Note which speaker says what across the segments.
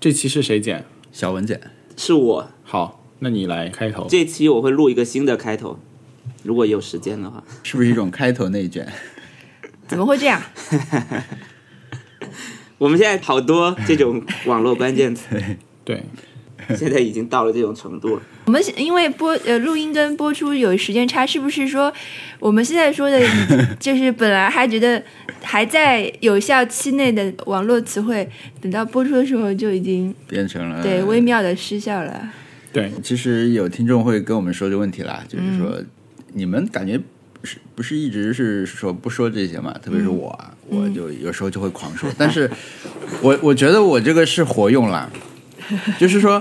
Speaker 1: 这期是谁剪？
Speaker 2: 小文姐，
Speaker 3: 是我
Speaker 1: 好，那你来开头。
Speaker 3: 这期我会录一个新的开头，如果有时间的话。
Speaker 2: 是不是一种开头内卷？
Speaker 4: 怎么会这样？
Speaker 3: 我们现在好多这种网络关键词，
Speaker 1: 对，
Speaker 3: 现在已经到了这种程度了。
Speaker 4: 我们因为播呃录音跟播出有时间差，是不是说我们现在说的， 就是本来还觉得还在有效期内的网络词汇，等到播出的时候就已经
Speaker 2: 变成了
Speaker 4: 对微妙的失效了。
Speaker 1: 对，
Speaker 2: 其实有听众会跟我们说这个问题啦，就是说、你们感觉不是不是一直是说不说这些嘛？特别是我啊，我就有时候就会狂说，但是我我觉得我这个是活用啦，就是说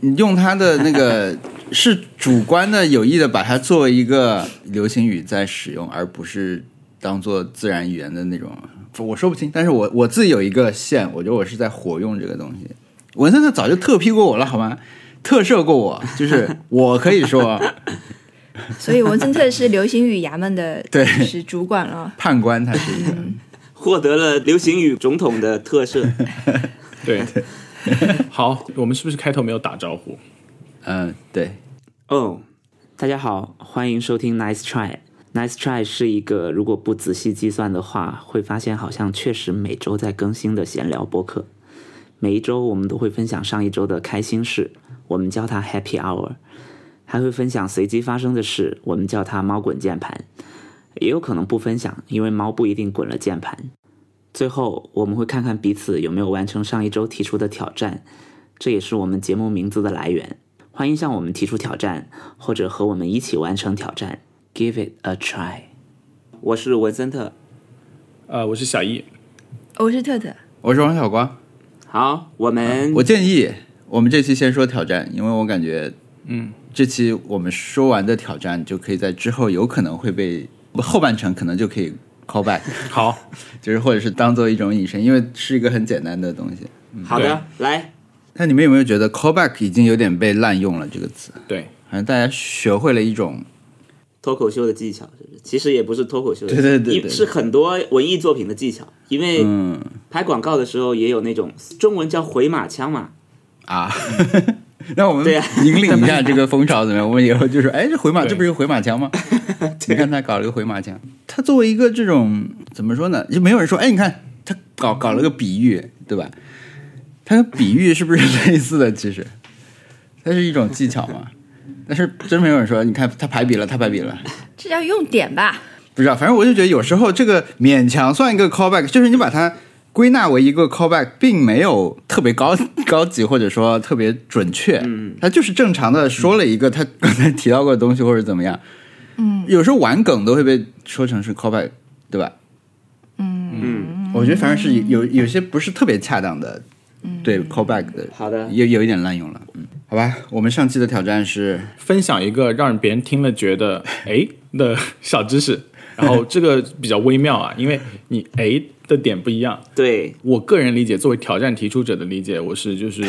Speaker 2: 你用它的那个是主观的有意的把它作为一个流行语在使用，而不是当做自然语言的那种。我说不清，但是我我自己有一个线，我觉得我是在活用这个东西。文森特早就特批过我了，好吗？特赦过我，就是我可以说
Speaker 4: 所以文森特是流行语衙门的
Speaker 2: 对
Speaker 4: 是主管了。
Speaker 2: 判官他是一个，
Speaker 3: 获得了流行语总统的特赦，
Speaker 1: 对，好，我们是不是开头没有打招呼？
Speaker 2: 嗯，对，
Speaker 3: 哦，大家好，欢迎收听 Nice Try。Nice Try 是一个如果不仔细计算的话，会发现好像确实每周在更新的闲聊播客。每一周我们都会分享上一周的开心事，我们叫它 Happy Hour，还会分享随机发生的事，我们叫它猫滚键盘。也有可能不分享，因为猫不一定滚了键盘。最后，我们会看看彼此有没有完成上一周提出的挑战，这也是我们节目名字的来源。欢迎向我们提出挑战，或者和我们一起完成挑战。Give it a try。我是文森特。
Speaker 1: 呃，我是小易，
Speaker 4: 我是特特，
Speaker 2: 我是王小光。
Speaker 3: 好，我们、
Speaker 2: 我建议我们这期先说挑战，因为我感觉，
Speaker 1: 嗯，
Speaker 2: 这期我们说完的挑战就可以在之后有可能会被后半程可能就可以 call back，
Speaker 1: 好，
Speaker 2: 就是或者是当做一种引申，因为是一个很简单的东西。
Speaker 3: 好的，来，
Speaker 2: 那你们有没有觉得 call back 已经有点被滥用了这个词？
Speaker 1: 对，
Speaker 2: 好像大家学会了一种
Speaker 3: 脱口秀的技巧，是不是其实也不是脱口秀的，
Speaker 2: 对对对
Speaker 3: 一
Speaker 2: 对
Speaker 3: 是很多文艺作品的技巧，因为
Speaker 2: 嗯
Speaker 3: 拍广告的时候也有那种中文叫回马枪嘛，
Speaker 2: 啊。 让我们
Speaker 3: 对啊
Speaker 2: 引领一下这个风潮怎么样？我们以后就说，哎，这回马，
Speaker 1: 对
Speaker 2: 这不是一个回马枪 吗？你看他搞了个回马枪，他作为一个这种怎么说呢？就没有人说，哎，你看他搞搞了个比喻，对吧？他的比喻是不是类似的？其实，它是一种技巧嘛。但是真没有人说，你看他排比了，他排比了，
Speaker 4: 这叫用典吧？
Speaker 2: 不知道。反正我就觉得有时候这个勉强算一个 callback，就是你把它归纳为一个 callback，并没有特别高高级或者说特别准确。嗯，它就是正常的说了一个他刚才提到过的东西或者怎么样。嗯，有时候玩梗都会被说成是 callback，对吧？
Speaker 3: 嗯，
Speaker 2: 我觉得反正是有有有些不是特别恰当的，对 callback 的，
Speaker 3: 好的，
Speaker 2: 有有一点滥用了。嗯，好吧，我们上期的挑战是
Speaker 1: 分享一个让别人听了觉得哎的小知识，然后这个比较微妙啊，因为你哎的点不一样。
Speaker 3: 对，
Speaker 1: 我个人理解，作为挑战提出者的理解，我是就是，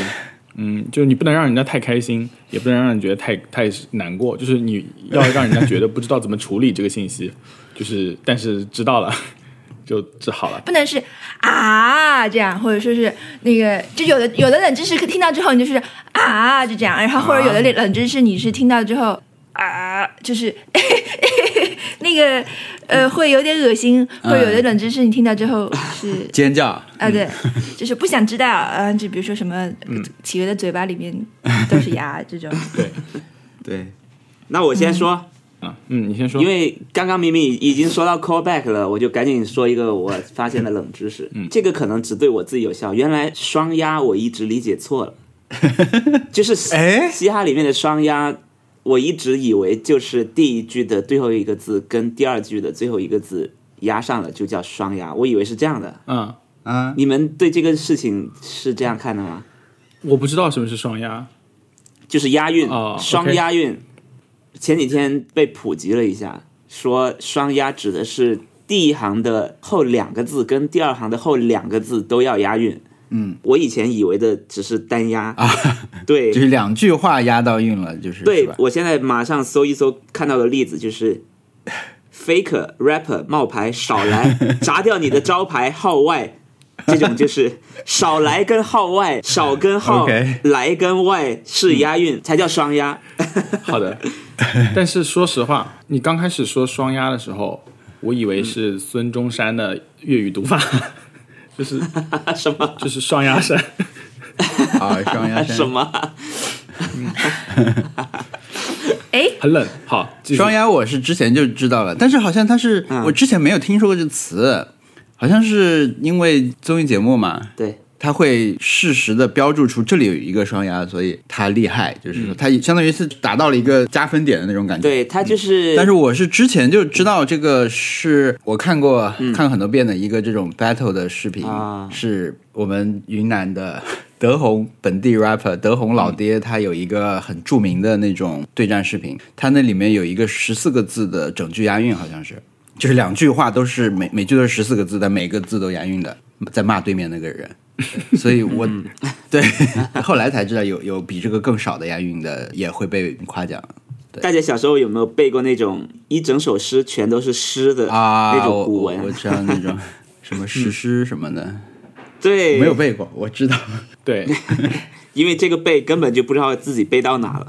Speaker 1: 嗯，就是你不能让人家太开心，也不能让人觉得太太难过，就是你要让人家觉得不知道怎么处理这个信息， 就是但是知道了 就治好了。
Speaker 4: 不能是啊这样，或者说是那个，就有的有的冷知识听到之后你就是啊就这样，然后或者有的冷知识你是听到之后啊就是 那个呃会有点恶心，或者有的冷知识你听到之后是。
Speaker 2: 尖叫。
Speaker 4: 啊，对，就是不想知道啊，就比如说什么企鹅的嘴巴里面都是牙这种，
Speaker 2: 对，
Speaker 3: 那我先说，
Speaker 1: 啊，嗯，你先说，
Speaker 3: 因为刚刚明明已已经说到 callback 了，我就赶紧说一个我发现的冷知识。嗯，这个可能只对我自己有效。原来双鸭我一直理解错了，就是嘻
Speaker 2: 哎
Speaker 3: 嘻哈里面的双鸭，我一直以为就是第一句的最后一个字跟第二句的最后一个字押上了，就叫双鸭。我以为是这样的。
Speaker 1: 嗯，
Speaker 2: 啊，
Speaker 3: 你们对这个事情是这样看的吗？
Speaker 1: 我不知道什么是双压，
Speaker 3: 就是押韵，
Speaker 1: 哦
Speaker 3: 双
Speaker 1: OK
Speaker 3: 押韵。前几天被普及了一下，说双押指的是第一行的后两个字跟第二行的后两个字都要押韵。嗯，我以前以为的只是单押啊，对，
Speaker 2: 就是两句话押到韵了，就是是
Speaker 3: 对
Speaker 2: 吧？
Speaker 3: 我现在马上搜一搜看到的例子就是 faker rapper 冒牌少来，砸掉你的招牌号外，这种就是 少来根号外，少根号
Speaker 2: OK
Speaker 3: 来根外是押韵，才叫双押。
Speaker 1: 好的，但是说实话，你刚开始说双押的时候，我以为是孙中山的粤语读法， 就是
Speaker 3: 什么
Speaker 1: 就是双鸭山。
Speaker 2: 啊， 双鸭山
Speaker 3: 什么？
Speaker 4: 哎，
Speaker 1: 很冷。好，继续
Speaker 2: 双鸭我是之前就知道了，但是好像它是、我之前没有听说过这词，好像是因为综艺节目嘛，
Speaker 3: 对，
Speaker 2: 它会适时的标注出这里有一个双鸭，所以它厉害，就是
Speaker 3: 嗯
Speaker 2: 说它相当于是达到了一个加分点的那种感觉。
Speaker 3: 对，它就是，
Speaker 2: 嗯但是我是之前就知道这个是我看过、看很多遍的一个这种 battle 的视频，
Speaker 3: 啊
Speaker 2: 是我们云南的德宏本地 rapper 德宏老爹，他有一个很著名的那种对战视频，他那里面有一个十四个字的整句押韵，好像是，就是两句话都是每每句都是十四个字，但每个字都押韵的，在骂对面那个人。 所以我，对 后来才知道有有比这个更少的押韵的也会被夸奖。
Speaker 3: 大家小时候有没有背过那种一整首诗全都是诗的
Speaker 2: 啊，
Speaker 3: 那种古
Speaker 2: 我我我
Speaker 3: 文？
Speaker 2: 知道那种什么诗诗什么的，
Speaker 3: 对，
Speaker 2: 没有，背过，我知道。
Speaker 1: 对，
Speaker 3: 因为这个背根本就不知道自己背到哪了。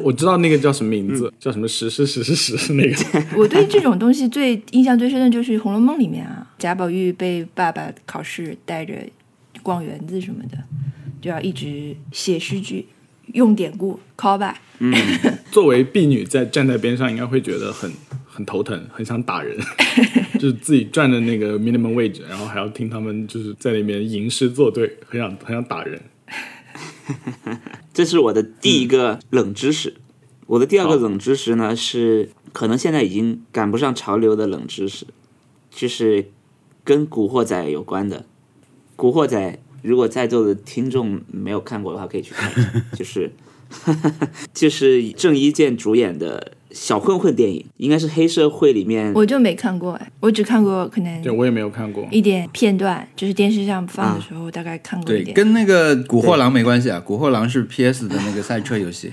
Speaker 1: 我知道那个叫什么名
Speaker 2: 嗯
Speaker 1: 字，叫什么石是石是石是那个。
Speaker 4: 我对这种东西最印象最深的就是《红楼梦》里面啊，贾宝玉被爸爸考试带着逛园子什么的，就要一直写诗句，用典故 call back。
Speaker 1: 作为婢女，在站在边上，应该会觉得很很头疼，很想打 人，就是自己站的那个 minimum 位置，然后还要听他们就是在那边吟诗作对，很想很想打人。
Speaker 3: 这是我的第一个冷知识。我的第二个冷知识呢是，可能现在已经赶不上潮流的冷知识，就是跟《古惑仔》有关的。《古惑仔》如果在座的听众没有看过的话，可以去看一下，就是 就是郑伊健主演的小混混电影，应该是黑社会里面
Speaker 4: 我就没看过哎，我只看过可能
Speaker 1: 对我也没有看过，
Speaker 4: 一点片段，就是电视上放的时候大概看过一
Speaker 2: 啊对，
Speaker 4: 点。
Speaker 2: 跟那个《古惑狼》没关系啊，《古惑狼》是 PS 的那个赛车游戏。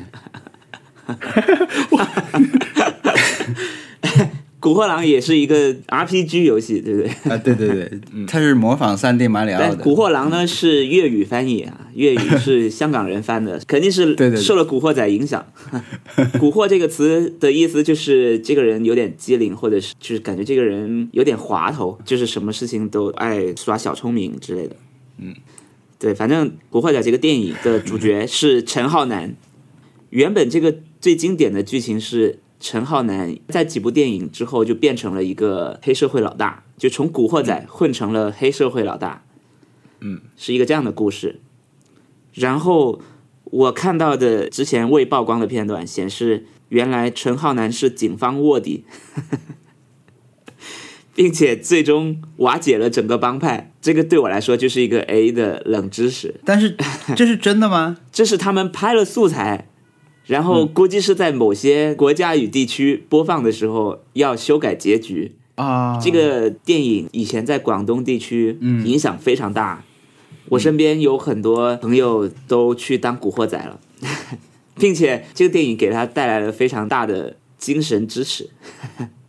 Speaker 3: 古惑狼》，也是一个 RPG 游戏，对不对？
Speaker 2: 啊，对对 对，它是模仿三 D 马里奥
Speaker 3: 但
Speaker 2: 的。
Speaker 3: 《古惑狼呢》是粤语翻译啊，粤语是香港人翻的， 肯定是
Speaker 2: 对对对
Speaker 3: 受了《古惑仔》影响。 蛊惑”这个词的意思就是这个人有点机灵，或者是就是感觉这个人有点滑头，就是什么事情都爱耍小聪明之类的。嗯，对，反正《古惑仔》这个电影的主角是陈浩南。原本这个最经典的剧情是陈浩南在几部电影之后就变成了一个黑社会老大，就从古惑仔混成了黑社会老大。嗯，是一个这样的故事。然后我看到的之前未曝光的片段显示，原来陈浩南是警方卧底， 并且最终瓦解了整个帮派。这个对我来说就是一个 A 的冷知识。
Speaker 2: 但是这是真的吗？
Speaker 3: 这是他们拍了素材，然后估计是在某些国家与地区播放的时候要修改结局。
Speaker 2: 啊，
Speaker 3: 这个电影以前在广东地区影响非常大，我身边有很多朋友都去当古惑仔了， 并且这个电影给他带来了非常大的精神支持，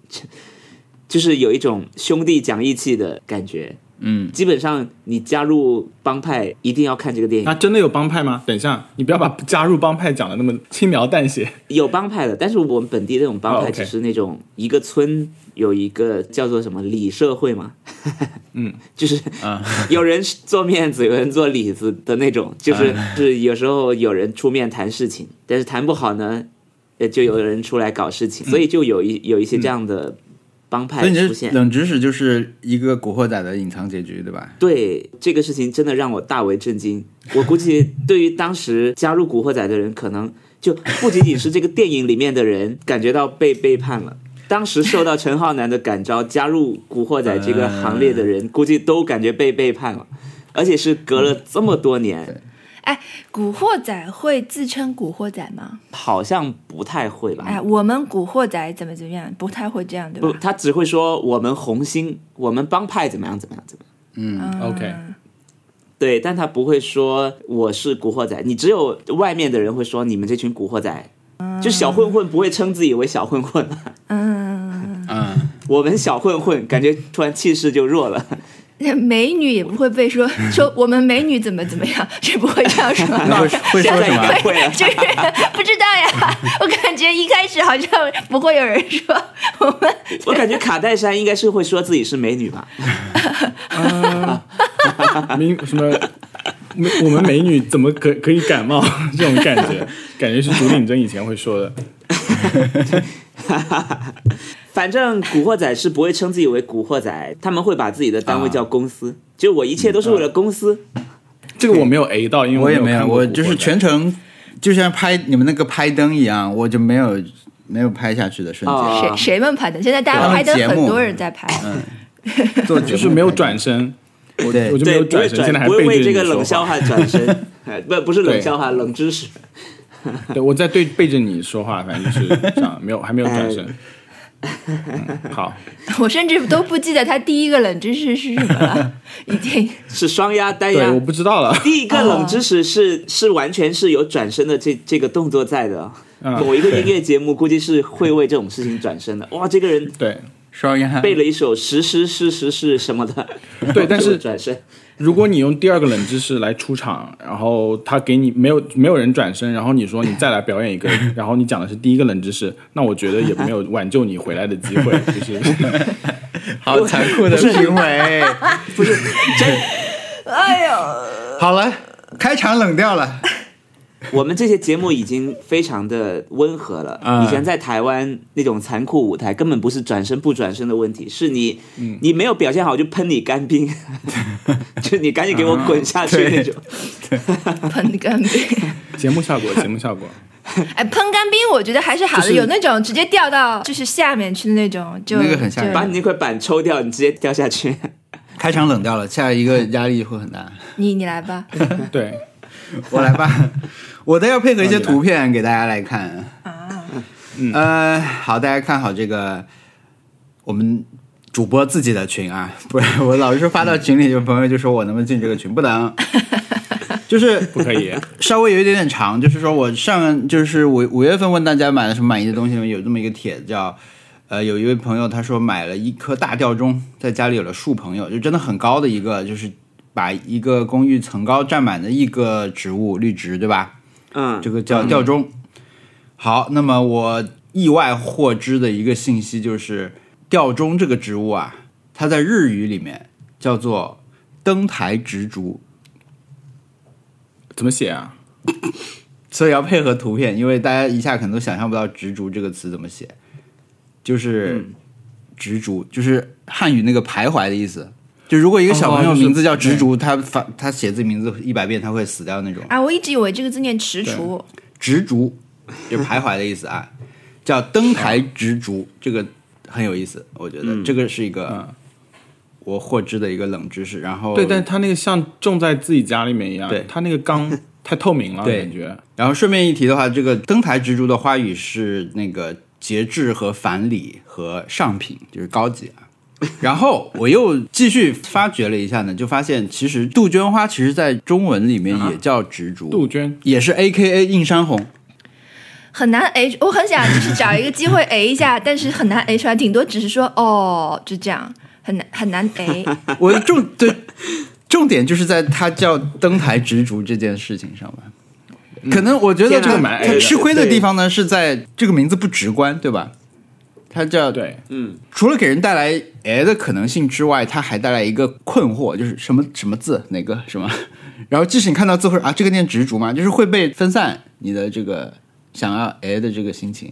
Speaker 3: 就是有一种兄弟讲义气的感觉。
Speaker 2: 嗯，
Speaker 3: 基本上你加入帮派一定要看这个电影
Speaker 1: 那。真的有帮派吗？等一下，你不要把加入帮派讲的那么轻描淡 写。
Speaker 3: 有帮派的，但是我们本地那种帮
Speaker 1: 哦
Speaker 3: 派
Speaker 1: ，OK
Speaker 3: 只是那种一个村有一个叫做什么里社会 嘛，
Speaker 1: 嗯，
Speaker 3: 就是有人做面子，有人做里子的那种，就是
Speaker 1: 啊
Speaker 3: 就是有时候有人出面谈事情，但是谈不好呢，呃，就有人出来搞事
Speaker 1: 嗯
Speaker 3: 情，所以就有一有一些这样的帮
Speaker 2: 所
Speaker 3: 派
Speaker 2: 以你
Speaker 3: 出
Speaker 2: 这
Speaker 3: 现。
Speaker 2: 冷知识就是一个《古惑仔》的隐藏结局，对吧？
Speaker 3: 对这个事情真的让我大为震惊。我估计对于当时加入古惑仔的人，可能就不仅仅是这个电影里面的人感觉到被背叛了。当时受到陈浩南的感召加入古惑仔这个行列的人，估计都感觉被背叛了，而且是隔了这么多年，
Speaker 4: 哎，古惑仔会自称古惑仔吗？
Speaker 3: 好像不太会
Speaker 4: 哎，
Speaker 3: 吧？
Speaker 4: 我们古惑仔怎么怎么样，不太会这样对
Speaker 3: 不，
Speaker 4: 吧？
Speaker 3: 他只会说我们红星，我们帮派怎么样怎么样怎么样。
Speaker 1: OK，
Speaker 3: 对，但他不会说我是古惑仔，你只有外面的人会说你们这群古惑仔，就小混混不会称自己为小混啊混，
Speaker 4: 嗯，
Speaker 2: 嗯，
Speaker 3: 我们小混混感觉突然气势就弱了，
Speaker 4: 美女也不会被说 说我们美女怎么怎么样， 是不会这样说。
Speaker 2: 那会会说什么
Speaker 4: 会
Speaker 3: 会啊
Speaker 4: 就是不知道呀。 我感觉一开始好像不会有人说我们
Speaker 3: 我感觉卡戴珊应该是会说自己是美女吧？
Speaker 1: 美什么美我们美女怎么可可以感冒 这种感觉，感觉是竹岭真以前会说的。
Speaker 3: 反正古惑仔是不会称自己为古惑仔，他们会把自己的单位叫公司，就我一切都是为了公司。
Speaker 1: 这个我没有 A 到，因为
Speaker 2: 我也
Speaker 1: 没
Speaker 2: 没有，
Speaker 1: 看过
Speaker 2: 我
Speaker 1: 古惑
Speaker 2: 就是
Speaker 1: 仔
Speaker 2: 全程就像拍你们那个拍灯一样，我就没有没有拍下去的瞬间。
Speaker 3: 啊
Speaker 4: 谁谁们拍的？现在大
Speaker 2: 然
Speaker 4: 家
Speaker 2: 后
Speaker 4: 拍的
Speaker 2: 节
Speaker 4: 很
Speaker 2: 目
Speaker 4: 多人在拍，
Speaker 2: 嗯做节目
Speaker 1: 就是没有转身，
Speaker 2: 拍的，
Speaker 1: 我
Speaker 2: 对
Speaker 1: 就没有
Speaker 3: 不
Speaker 1: 转
Speaker 3: 会
Speaker 1: 身，现在还
Speaker 3: 不会
Speaker 1: 背对着
Speaker 3: 为这
Speaker 1: 你
Speaker 3: 个冷
Speaker 1: 说
Speaker 3: 笑
Speaker 1: 话。
Speaker 3: 话 转身，哎不不是冷
Speaker 1: 对
Speaker 3: 笑话，冷知识。
Speaker 1: 对，我在对背着你说话，反正就是这样，没有还没有转身。嗯好，
Speaker 4: 我甚至都不记得他第一个冷知识是什么 了，已经
Speaker 3: 是双压单
Speaker 1: 对，
Speaker 3: 压
Speaker 1: 我。不啊知道了。
Speaker 3: 第一个冷知识是是完全是有转身的这这个动作在的，啊
Speaker 1: 嗯
Speaker 3: 某一个音乐节目估计是会为这种事情转身的。哇，这个人
Speaker 1: 对
Speaker 2: 双鸭
Speaker 3: 背了一首十诗诗十是什么的，
Speaker 1: 对，但
Speaker 3: 就是转身。
Speaker 1: 如果你用第二个冷知识来出场，然后他给你没有没有人转身，然后你说你再来表演一个，然后你讲的是第一个冷知识，那我觉得也没有挽救你回来的机会，就是
Speaker 2: 好残酷的行为。
Speaker 4: 哎呦，
Speaker 2: 好了，开场冷掉了。
Speaker 3: 我们这些节目已经非常的温和了。
Speaker 2: 嗯
Speaker 3: 以前在台湾那种残酷舞台，根本不是转身不转身的问题，是你、
Speaker 1: 嗯
Speaker 3: 你没有表现好就喷你 干冰，就你赶紧给我滚下
Speaker 1: 嗯
Speaker 3: 去那种。
Speaker 4: 喷干冰，
Speaker 1: 节目效果，节目效果。
Speaker 4: 哎，喷干冰我觉得还是好的，
Speaker 1: 就是
Speaker 4: 有那种直接掉到就是下面去的那种，就
Speaker 2: 那个很吓人
Speaker 4: 就
Speaker 3: 把你那块板抽掉，你直接掉下去。
Speaker 2: 开场冷掉了，下一个压力会很大。
Speaker 4: 你你来吧，
Speaker 1: 对，
Speaker 2: 我来吧， 我的要配合一些图片给大家来看。啊，呃，好，大家看好这个我们主播自己的群啊， 不然我老是发到群里，就朋友就说我能不能进这个群，不能，就是
Speaker 1: 不可以。
Speaker 2: 稍微有一点点长，就是说我上就是五五月份问大家买了什么满意的东西，里面有这么一个帖子叫，呃，有一位朋友他说买了一颗大吊钟，在家里有了树朋友，就真的很高的一个，就是把一个公寓层高占满的一个植物绿植，对吧？
Speaker 3: 嗯，
Speaker 2: 这个叫吊钟。好，那么我意外获知的一个信息就是，吊钟这个植物啊，它在日语里面叫做登台植株。
Speaker 1: 怎么写啊？
Speaker 2: 所以要配合图片，因为大家一下可能都想象不到“植竹”这个词怎么写，就是
Speaker 1: 嗯
Speaker 2: “植竹”，就是汉语那个徘徊的意思。就如果一个小朋友
Speaker 1: 哦就是
Speaker 2: 名字叫植竹，他发他写自己名字一百遍他会死掉那种。
Speaker 4: 啊，我一直以为这个字念踟蹰，
Speaker 2: 植竹就徘徊的意思啊，叫登台植竹，这个很有意思，我觉
Speaker 1: 嗯
Speaker 2: 得这个是一个我获知的一个冷知识。然后
Speaker 1: 对，但他那个像种在自己家里面一样，
Speaker 2: 哦对
Speaker 1: 他那个缸太透明了，
Speaker 2: 对
Speaker 1: 感觉。
Speaker 2: 然后顺便一提的话，这个登台植株的花语是那个节制和反礼和上品，就是高级啊。然后我又继续发掘了一下呢，就发现其实杜鹃花其实在中文里面也叫植株，
Speaker 1: 啊杜鹃
Speaker 2: 也是 A K A 映山红。
Speaker 4: 很难 H，我很想就是找一个机会 A 一下，但是很难 H 出来，顶多只是说哦，就这样，很难很难 A。
Speaker 2: 我的重对重点就是在它叫登台植株这件事情上吧。可能我觉得
Speaker 3: 天
Speaker 2: 它
Speaker 3: 啊
Speaker 1: 蛮 A
Speaker 2: 它
Speaker 1: 的
Speaker 2: 吃亏的
Speaker 3: 对
Speaker 2: 地方呢是在这个名字不直观，对吧？它叫
Speaker 1: 对，
Speaker 4: 嗯
Speaker 2: 除了给人带来哎的可能性之外，它还带来一个困惑，就是什么什么字哪个什么，然后即使你看到字会啊这个念执着嘛，就是会被分散你的这个想要哎的这个心情。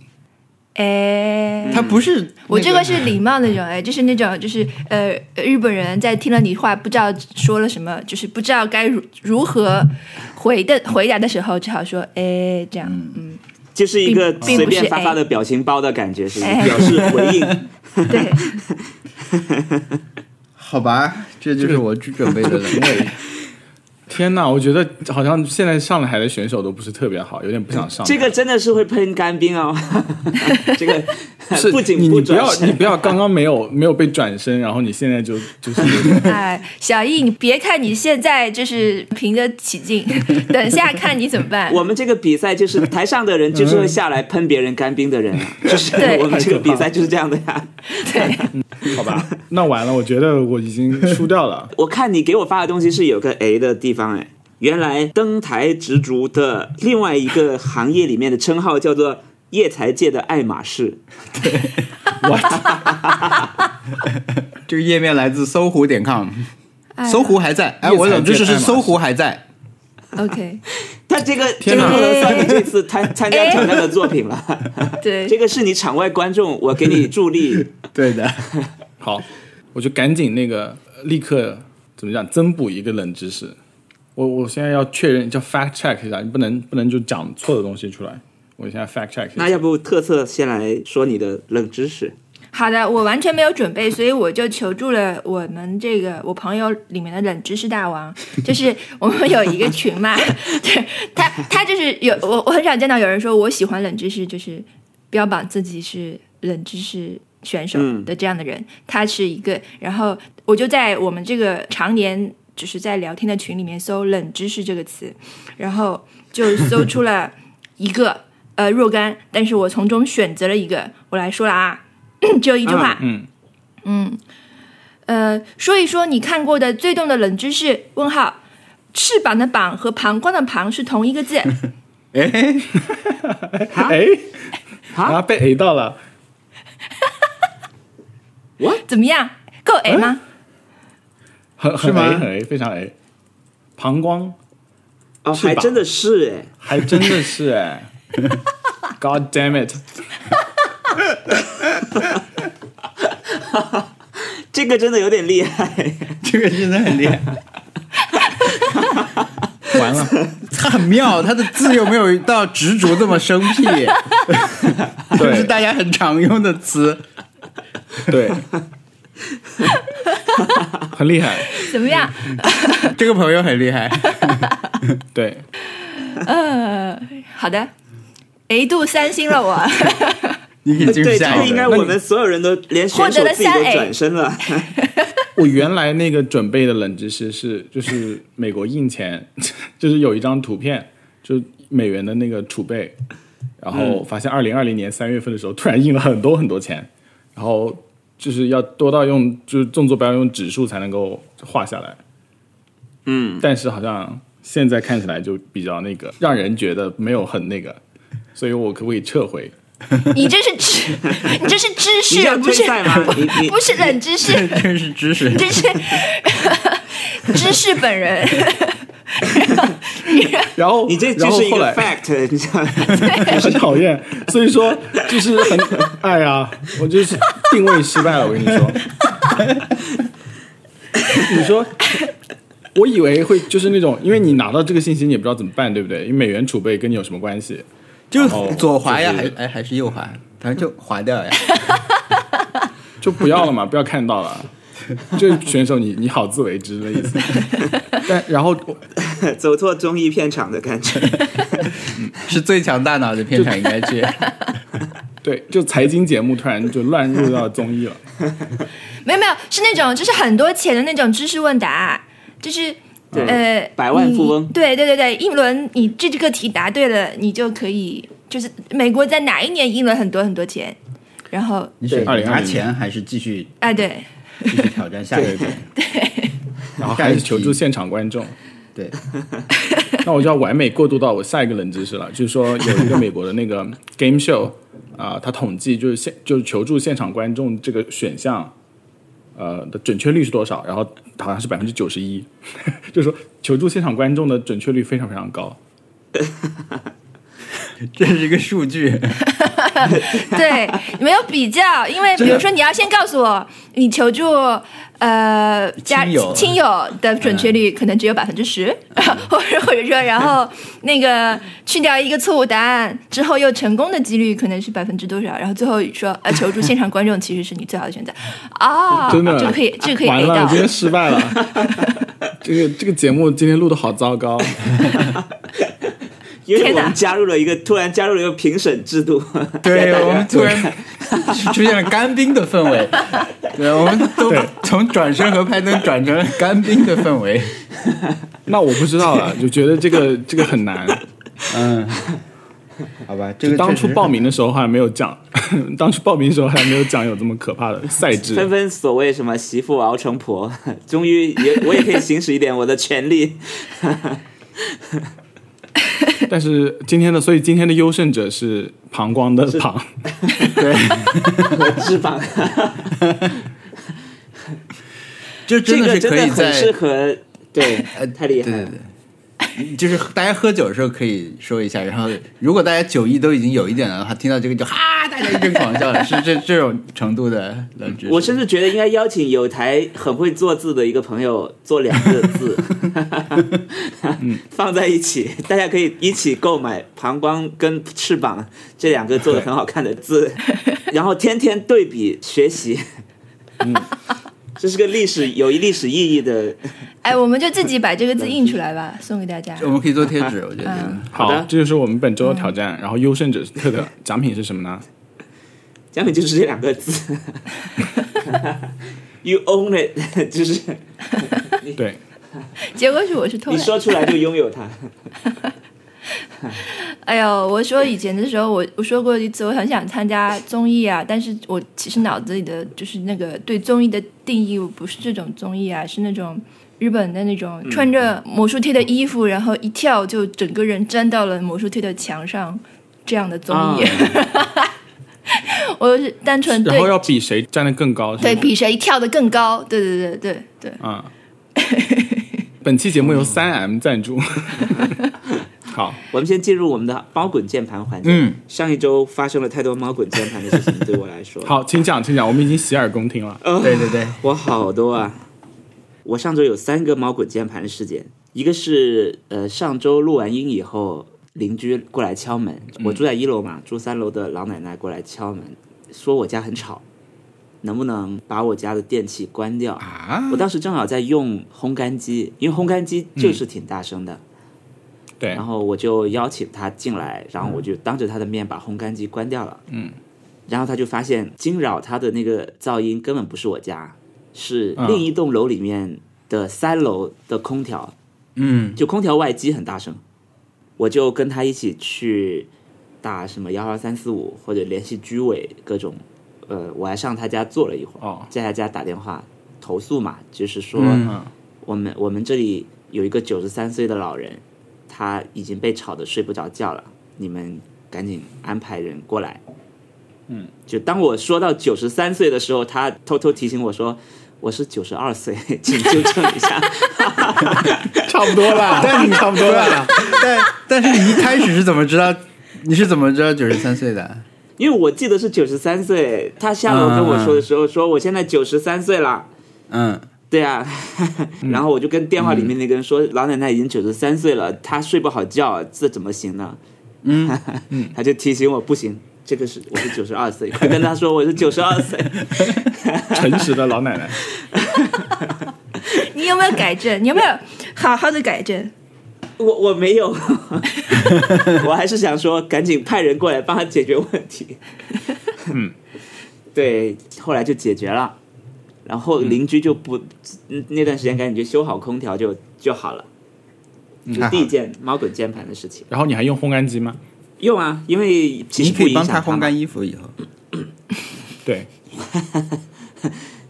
Speaker 4: 哎，
Speaker 2: 它不是、
Speaker 4: 我这个是礼貌那种，哎，就是那种，就是呃，日本人在听了你话，不知道说了什么，就是不知道该如如何回的回答的时候，只好说哎这样，嗯，
Speaker 3: 就是一个
Speaker 4: 并并
Speaker 3: 随
Speaker 4: 不是
Speaker 3: 便发发
Speaker 4: A
Speaker 3: 的表情包的感觉，是不是
Speaker 4: 哎
Speaker 3: 表示回 应。
Speaker 4: 嗯对，
Speaker 2: 好吧，这就是我准 备的了。
Speaker 1: 天哪，我觉得好像现在上海的选手都不是特别好，有点不想上。
Speaker 3: 这个真的是会喷干冰哦，这个
Speaker 1: 是
Speaker 3: 不仅
Speaker 1: 你
Speaker 3: 不
Speaker 1: 你不
Speaker 3: 转
Speaker 1: 要
Speaker 3: 身
Speaker 1: 你不要刚刚没有没有被转身，然后你现在就就是
Speaker 4: 哎，小易，你别看你现在就是平得起劲，等下看你怎么 办。
Speaker 3: 我们这个比赛就是台上的人就是会下来喷别人干冰的人啊， 就是
Speaker 4: 对
Speaker 3: 我们这个比赛就是这样的呀、
Speaker 4: 对，
Speaker 1: 好吧？那完了，我觉得我已经输掉了。
Speaker 3: 我看你给我发的东西是有个 A 的地方哎，原来登台直足的另外一个行业里面的称号叫做叶财界的爱马仕，
Speaker 2: 这个页面来自搜狐点 com，
Speaker 4: 哎呀
Speaker 2: 搜狐还在，哎，
Speaker 1: 叶才
Speaker 2: 我怎么知识
Speaker 1: 见爱
Speaker 2: 是
Speaker 1: 马仕
Speaker 2: 搜狐还在？
Speaker 4: OK，
Speaker 3: 他这个这
Speaker 1: 天
Speaker 3: 个
Speaker 1: 哪
Speaker 3: 不能算你这次参参加挑战的作品了，
Speaker 1: 哎
Speaker 4: 对
Speaker 3: 这，个是你场外观众，我给你 助力。
Speaker 2: 对的，
Speaker 1: 好，我就赶紧那个呃立刻怎么讲增补一个冷知识。我我现在要确认，叫 fact check 一下，你不能不能就讲错的东西出来。我现在 fact check 一
Speaker 3: 那
Speaker 1: 下。
Speaker 3: 要不特色先来说你的冷知识？
Speaker 4: 好的，我完全没有准备，所以我就求助了我们这个我朋友里面的冷知识大王，就是我们有一个群嘛， 对他他就是有我我很少见到有人说我喜欢冷知识，就是标榜自己是冷知识选手
Speaker 3: 嗯
Speaker 4: 的这样的人，他是一个，然后我就在我们这个常年就是在聊天的群里面搜“冷知识”这个词，然后就搜出了一个呃若干，但是我从中选择了一个，我来说了啊，只有一句话，
Speaker 1: 嗯
Speaker 4: 呃，说一说你看过的最动的冷知识？问号，翅膀的膀和膀胱的膀是同一个字。
Speaker 2: 哎，
Speaker 1: 哎，啊，被 A 到了。
Speaker 4: 怎么样？够 A 吗？
Speaker 1: 很
Speaker 2: 是
Speaker 1: 很
Speaker 2: 吗
Speaker 1: A 很 A 非常 A，膀胱
Speaker 3: 哦，
Speaker 1: 是
Speaker 3: 还
Speaker 1: 吧
Speaker 3: 真的是哎，
Speaker 1: 还真的是哎，God damn it！
Speaker 3: 这个真的有点厉害。
Speaker 2: 这个真的很厉害，
Speaker 1: 完了，
Speaker 2: 它很妙，它的字又没有到执着这么生僻，这是
Speaker 1: 对
Speaker 2: 大家很常用的词。
Speaker 1: 对，很厉害，
Speaker 4: 怎么样？
Speaker 2: 这个朋友很厉害，
Speaker 1: 对，
Speaker 4: 好的，A 度三星了我。
Speaker 2: 你已经
Speaker 3: 对，这
Speaker 2: 下
Speaker 3: 个
Speaker 2: 一
Speaker 3: 应该
Speaker 2: 个。
Speaker 3: 我们所有人都连选手自己都转身了。
Speaker 1: 我原来那个准备的冷知识是，就是美国印钱， 就是有一张图片，就是美元的那个储备，然后发现二零二零年三月份的时候，突然印了很多很多钱，然后就是要多到用就是动作不要用指数才能够画下来，嗯，但是好像现在看起来就比较那个，让人觉得没有很那个，所以我可不可以撤回？
Speaker 4: 你这是知，你这是知
Speaker 3: 你
Speaker 4: 识，
Speaker 3: 要
Speaker 4: 不
Speaker 3: 退
Speaker 4: 是
Speaker 3: 赛吗？你你
Speaker 4: 不是冷知识，
Speaker 2: 真是知识，
Speaker 4: 这是 知识本人。
Speaker 1: 然后
Speaker 3: 你这
Speaker 1: 然
Speaker 3: 这
Speaker 1: 后
Speaker 3: 是一
Speaker 1: 后
Speaker 3: 个
Speaker 1: 来
Speaker 3: fact，你知 道吗？
Speaker 1: 很讨厌，所以说就是很哎呀，我就是定位失败了。我跟你说，你说，我以为会就是那种，因为你拿到这个信息，你也不知道怎么办，对不对？因为美元储备跟你有什么关系？
Speaker 2: 就
Speaker 1: 然后
Speaker 2: 左滑呀，
Speaker 1: 就
Speaker 2: 还
Speaker 1: 是
Speaker 2: 哎还是右滑，反正就滑掉呀。
Speaker 1: 就不要了嘛，不要看到了。就选手你你好自为之的意思。但然后
Speaker 3: 走错综艺片场的感 觉。
Speaker 2: 是最强大脑的片场应该去。
Speaker 1: 对，就财经节目突然就乱入到综艺了。
Speaker 4: 没有没有，是那种就是很多钱的那种知识问答，就是
Speaker 2: 嗯
Speaker 3: 对
Speaker 4: 呃
Speaker 3: 百万富翁
Speaker 4: 你对对对对，一轮你这这个题答对了，你就可以就是美国在哪一年赢了很多很多钱，然后
Speaker 2: 你是
Speaker 1: 2020
Speaker 2: 拿钱还是继续
Speaker 4: 哎对，
Speaker 2: 继续挑战下一个？
Speaker 1: 然后 还是求助现场观众。
Speaker 2: 对，
Speaker 1: 那我就要完美过渡到我下一个冷知识了，就是说有一个美国的那个 game show 啊、它统计就是现就是求助现场观众这个选项，呃的准确率是多少？然后好像是百分之九十一， 就是说求助现场观众的准确率非常非常高。
Speaker 2: 这是一个数据，
Speaker 4: 对，没有比较，因为比如说你要先告诉我，你求助呃家
Speaker 2: 亲友
Speaker 4: 亲友的准确率可能只有百分之十，
Speaker 1: 嗯
Speaker 4: 或者或者说，然后那个去掉一个错误答案之后又成功的几率可能是百分之多少，然后最后说呃求助现场观众其实是你最好的选择哦，
Speaker 1: 真的
Speaker 4: 这个可以这个可以
Speaker 1: 完
Speaker 4: A
Speaker 1: 了，我
Speaker 4: 到
Speaker 1: 今，天失败 了。这个这个节目今天录的好糟糕，
Speaker 3: 因为
Speaker 4: 天
Speaker 3: 我
Speaker 4: 哪
Speaker 3: 们加入了一个突然加入了一个评审制度，
Speaker 2: 哦对我们突然出现了干冰的氛 围。对，我们都从转身和拍灯转成了干冰的氛围。
Speaker 1: 那我不知道啊了，就觉得这个这个很难。
Speaker 2: 嗯，好吧，这
Speaker 1: 就
Speaker 2: 个
Speaker 1: 当初报
Speaker 2: 名。
Speaker 1: 名的时候还没有讲， 当初报名的时候还没有讲有这么可怕的赛制。
Speaker 3: 纷纷所谓什么媳妇熬成婆， 终于也我也可以行使一点我的权利。
Speaker 1: 但是今天的，所以今天的优胜者是膀胱的膀，
Speaker 3: 翅膀，
Speaker 2: 就
Speaker 3: 这
Speaker 2: 真的
Speaker 3: 个
Speaker 2: 是
Speaker 3: 真
Speaker 2: 可
Speaker 3: 的
Speaker 2: 以
Speaker 3: 很适
Speaker 2: 在，呃
Speaker 3: 合，对，太厉害
Speaker 2: 对对
Speaker 3: 了。
Speaker 2: 对，就是大家喝酒的时候可以说一下，然后如果大家酒意都已经有一点了的话，听到这个就哈，大家一阵狂笑了，是这这种程度的冷知识。
Speaker 3: 我甚至觉得应该邀请有台很会做字的一个朋友做两个字，放在一起，大家可以一起购买“膀胱”跟“翅膀”这两个做的很好看的字，然后天天对比学习。嗯， 这是个历史有一历史意义的。
Speaker 4: 哎，我们就自己把这个字印出来吧，送给大家。
Speaker 2: 我们可以做贴纸，我觉得
Speaker 4: 嗯
Speaker 1: 好
Speaker 3: 好的
Speaker 1: 这就是我们本周的挑战。然后优胜者特的奖品是什么呢？
Speaker 3: 奖品就是这两个字，You own it，就是
Speaker 1: 对，
Speaker 4: 结果是我是偷
Speaker 3: 你
Speaker 4: 懒。
Speaker 3: 说出来就拥有它。
Speaker 4: 哎呦，我说以前的时候，我我说过一次，我很想参加综艺啊，但是我其实脑子里的就是那个对综艺的定义不是这种综艺啊，是那种日本的那种穿着魔术贴的衣服，然后一跳就整个人粘到了魔术贴的墙上这样的综艺。 我是单纯
Speaker 1: 然
Speaker 4: 嗯对
Speaker 1: 后要比谁站得更高，是
Speaker 4: 对
Speaker 1: 吗？
Speaker 4: 比谁跳得更高，对对对对对，
Speaker 1: 啊、本期节目
Speaker 4: 嗯
Speaker 1: 由三 M 赞助。 好，
Speaker 3: 我们先进入我们的猫滚键盘环节。
Speaker 2: 嗯，
Speaker 3: 上一周发生了太多猫滚键盘的事情，对我来说，
Speaker 1: 好，请讲，请讲，我们已经洗耳恭听了。
Speaker 2: 嗯对对对，
Speaker 3: 我好多啊！我上周有三个猫滚键盘事件，一个是呃上周录完音以后，邻居过来敲门，我住在一楼嘛，住三楼的老奶奶过来敲门，说我家很吵，能不能把我家的电器关掉？
Speaker 2: 啊
Speaker 3: 我，当时正好在用烘干机，因为烘干机就是挺大声的，
Speaker 1: 对
Speaker 3: 然，后我就邀请他进来，然后我就当着他的面把烘干机关掉了。嗯，然后他就发现惊扰他的那个噪音根本不是我家，是
Speaker 1: 嗯
Speaker 3: 另一栋楼里面的三楼的空调，
Speaker 2: 嗯，
Speaker 3: 就空调外机很大声。我就跟他一起去打什么幺二三四五或者联系居委各种，呃，我还上他家坐了一会儿，
Speaker 1: 哦，
Speaker 3: 在他家打电话投诉嘛，就是说。
Speaker 2: 嗯
Speaker 1: 嗯，
Speaker 3: 我们我们这里有一个九十三岁的老人，他已经被吵得睡不着觉了，你们赶紧安排人过来。嗯，就当我说到九十三岁的时候，他偷偷提醒我说我是九十二岁，请纠正一下。
Speaker 1: 差不多 了，
Speaker 2: 但你
Speaker 1: 差不多了。
Speaker 2: 但但是你一开始是怎么知道？你是怎么知道九十三岁的？
Speaker 3: 因为我记得是九十三岁，他下楼跟我说的时候说我现在九十三岁了。
Speaker 2: 嗯，
Speaker 3: 对啊， 然后我就跟电话里面那个人说，老奶奶已经九十三岁了，她睡不好觉，这怎么行呢？嗯， 他就提醒我不行，这个是我是九十二岁，快跟他说我是九十二岁。
Speaker 1: 诚实的老奶奶，
Speaker 4: 你有没有改正？你有没有好好的改正？
Speaker 3: 我我没有， 我还是想说赶紧派人过来帮他解决问 题。
Speaker 1: 嗯，
Speaker 3: 对，后来就解决了，然后邻居就不、嗯那段时间赶紧就修好空调就就好了。
Speaker 2: 嗯
Speaker 3: 这是第一件猫滚键盘的事情。
Speaker 1: 然后你还用烘干机吗？
Speaker 3: 用啊，因为其
Speaker 2: 你
Speaker 3: 实
Speaker 2: 可
Speaker 3: 不
Speaker 2: 以
Speaker 3: 影
Speaker 2: 帮
Speaker 3: 响
Speaker 2: 他
Speaker 3: 嘛
Speaker 2: 烘干。衣服以后。
Speaker 1: 对，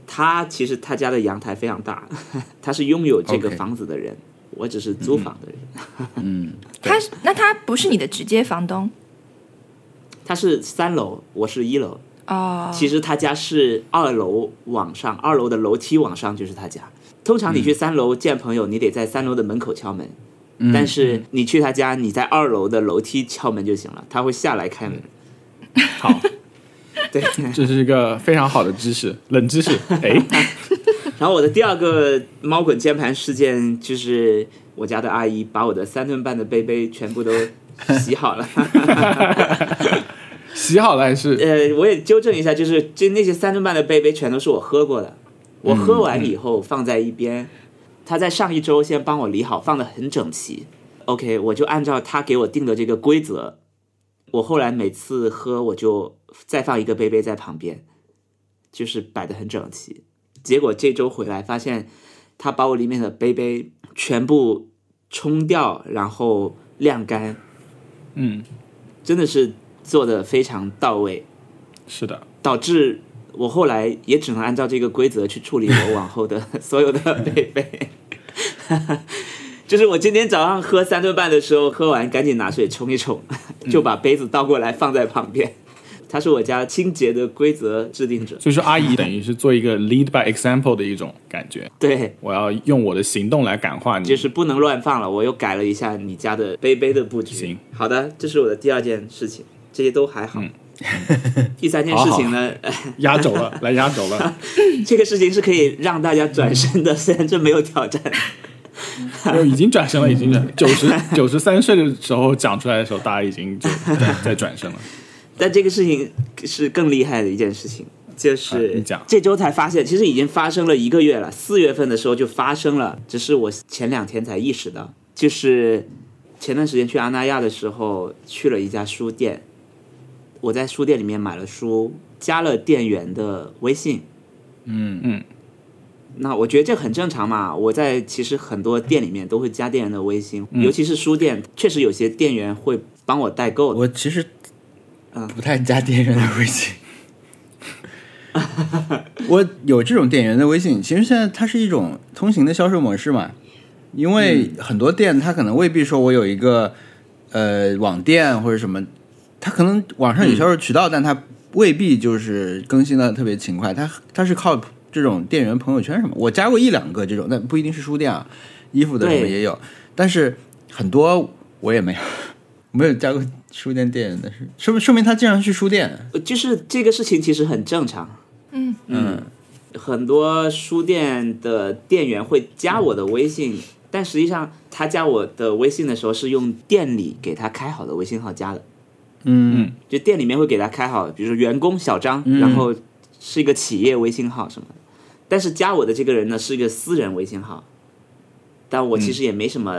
Speaker 3: 他其实他家的阳台非常大， 他是拥有这个
Speaker 2: OK
Speaker 3: 房子的人我只是租房的人。
Speaker 2: 嗯，
Speaker 4: 他是那他不是你的直接房东
Speaker 3: 他是三楼，我是一楼。
Speaker 4: 哦，
Speaker 3: 其实他家是二楼往上，二楼的楼梯往上就是他家。通常你去三楼见朋友，你得在三楼的门口敲门，
Speaker 2: 嗯
Speaker 3: 但是你去他家，你在二楼的楼梯敲门就行了，他会下来开门。
Speaker 2: 嗯
Speaker 1: 好，
Speaker 3: 对，
Speaker 1: 这是一个非常好的知识，冷知识。哎，
Speaker 3: 然后我的第二个猫滚键盘事件就是我家的阿姨把我的三顿半的杯杯全部都洗好了。
Speaker 1: 洗好了还是
Speaker 3: 呃，我也纠正一下，就是就那些三顿半的杯杯全都是我喝过的，我喝完以后放在一边，他在上一周先帮我理好，放的很整齐。OK，我就按照他给我定的这个规则我后来每次喝，我就再放一个杯杯在旁边，就是摆的很整齐。结果这周回来发现，他把我里面的杯杯全部冲掉，然后晾干，
Speaker 1: 嗯，
Speaker 3: 真的是做的非常到位，
Speaker 1: 是的，
Speaker 3: 导致我后来也只能按照这个规则去处理我往后的所有的杯杯。就是我今天早上喝三顿半的时候，喝完赶紧拿水冲一冲， 就把杯子倒过来放在旁边。他是我家清洁的规则制定者，
Speaker 1: 所以说阿姨等于是做一个 lead by example 的一种感觉，
Speaker 3: 对，
Speaker 1: 我要用我的行动来感化你，
Speaker 3: 就是不能乱放了。我又改了一下你家的杯杯的布局。
Speaker 1: 行，
Speaker 3: 好的，这是我的第二件事情，这些都还好。第三件事情呢，
Speaker 1: 压轴了，来压轴了，
Speaker 3: 这个事情是可以让大家转身的， 虽然这没有挑战。
Speaker 1: 没有已经转身了，已经转九十九十三岁的时候讲出来的时候，大家已经就 在在转身了。
Speaker 3: 但这个事情是更厉害的一件事情，就
Speaker 1: 啊你
Speaker 3: 是
Speaker 1: 讲
Speaker 3: 这周才发现，其实已经发生了一个月了。四月份的时候就发生了，只是我前两天才意识到，就是前段时间去阿那亚的时候，去了一家书店，我在书店里面买了书，加了店员的微信。
Speaker 2: 嗯
Speaker 1: 嗯，
Speaker 3: 那我觉得这很正常嘛。我在其实很多店里面都会加店员的微信，
Speaker 1: 嗯
Speaker 3: 尤其是书店，确实有些店员会帮我代购的。
Speaker 2: 我其实
Speaker 3: 嗯
Speaker 2: 不太加店员的微信。 我有这种店员的微信，其实现在它是一种通行的销售模式嘛，因为
Speaker 3: 嗯
Speaker 2: 很多店它可能未必说我有一个呃网店或者什么，它可能网上有销售渠道，但它未必就是更新的特别勤快，它它是靠这种店员朋友圈什么，我加过一两个这种，但不一定是书店啊，衣服的什么
Speaker 3: 对
Speaker 2: 也有，但是很多我也没有 没有加过书店店员的事，说明说明他经常去书店，
Speaker 3: 呃就是这个事情其实很正常。
Speaker 4: 嗯
Speaker 3: 嗯，很多书店的店员会加我的微信，但实际上他加我的微信的时候是用店里给他开好的微信号加的，
Speaker 2: 嗯
Speaker 3: 就店里面会给他开好，比如说员工小张，然后是一个企业微信号什么的。但是加我的这个人呢是一个私人微信号，但我其实也没什么，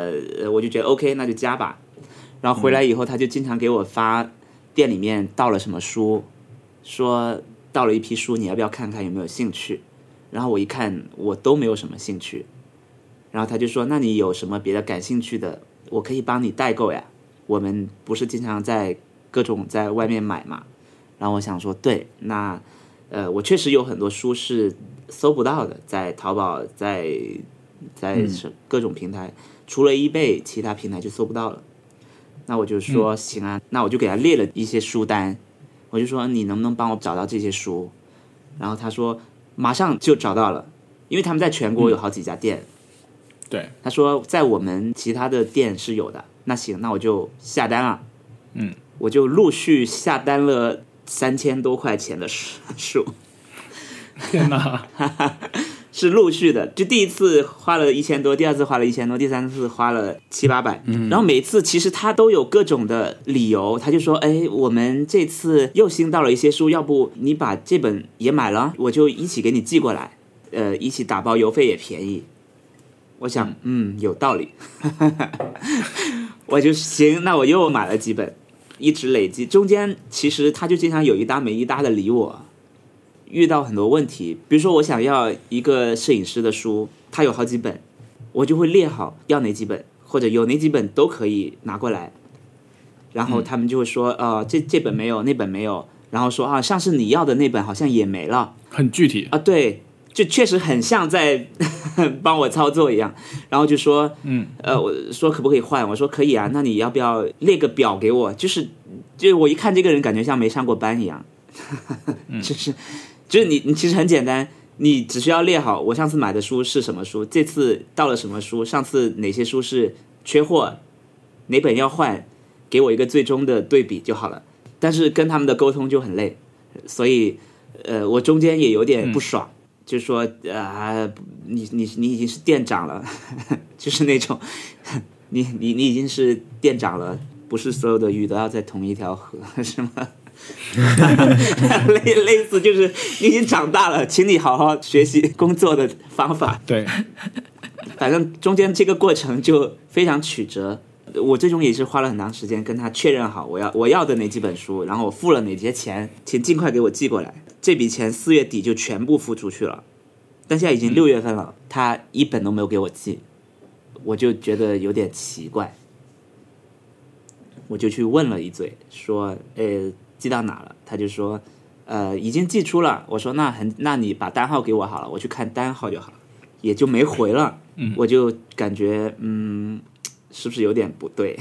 Speaker 3: 呃我就觉得 OK，那就加吧。然后回来以后，他就经常给我发店里面到了什么书，说到了一批书，你要不要看看有没有兴趣？然后我一看，我都没有什么兴趣。然后他就说：“那你有什么别的感兴趣的，我可以帮你代购呀。我们不是经常在各种在外面买嘛。”然后我想说，对，那呃，我确实有很多书是搜不到的，在淘宝，在在是各种平台，除了 eBay，其他平台就搜不到了。那我就
Speaker 1: 嗯
Speaker 3: 说、行啊，那我就给他列了一些书单，我就说你能不能帮我找到这些书？然后他说马上就找到了，因为他们在全国有好几家店。
Speaker 1: 对，
Speaker 3: 他说在我们其他的店是有的。那行，那我就下单了。
Speaker 1: 嗯，
Speaker 3: 我就陆续下单了三千多块钱的书，书
Speaker 1: 天哪，
Speaker 3: 是陆续的。就第一次花了一千多，第二次花了一千多，第三次花了七八百。嗯，然后每次其实他都有各种的理由，他就说：“哎，我们这次又新到了一些书，要不你把这本也买了，我就一起给你寄过来，呃，一起打包邮费也便宜。”我想，嗯， 有道理。我就行，那我又买了几本，一直累积。中间其实他就经常有一搭没一搭的理我，遇到很多问题，比如说我想要一个摄影师的书，他有好几本，我就会列好要哪几本，或者有哪几本都可以拿过来。然后他们就会说，呃，这这本没有，那本没有，然后说啊，上次你要的那本好像也没了。
Speaker 1: 很具体，
Speaker 3: 啊，对，就确实很像在 帮我操作一样。然后就说，
Speaker 1: 嗯，
Speaker 3: 呃，我说可不可以换？我说可以啊，那你要不要列个表给我？就是，就我一看这个人，感觉像没上过班一样， 就是，就是你，你其实很简单。你只需要列好我上次买的书是什么书，这次到了什么书，上次哪些书是缺货，哪本要换，给我一个最终的对比就好了。但是跟他们的沟通就很累，所以呃，我中间也有点不爽，就说啊、你你你已经是店长了， 就是那种， 你你你已经是店长了，不是所有的鱼都要在同一条河， 是吗？类类似就是你已经长大了，请你好好学习工作的方法。
Speaker 1: 对，
Speaker 3: 反正中间这个过程就非常曲折。我最终也是花了很长时间跟他确认好我要我要的哪几本书，然后我付了哪些钱，请尽快给我寄过来。这笔钱四月底就全部付出去了，但现在已经六月份了，他一本都没有给我寄，我就觉得有点奇怪，我就去问了一嘴，说呃寄到哪了？他就说呃已经寄出了。我说那很那你把单号给我好了，我去看单号就好了，也就没回了。我就感觉嗯。是不是有点不对？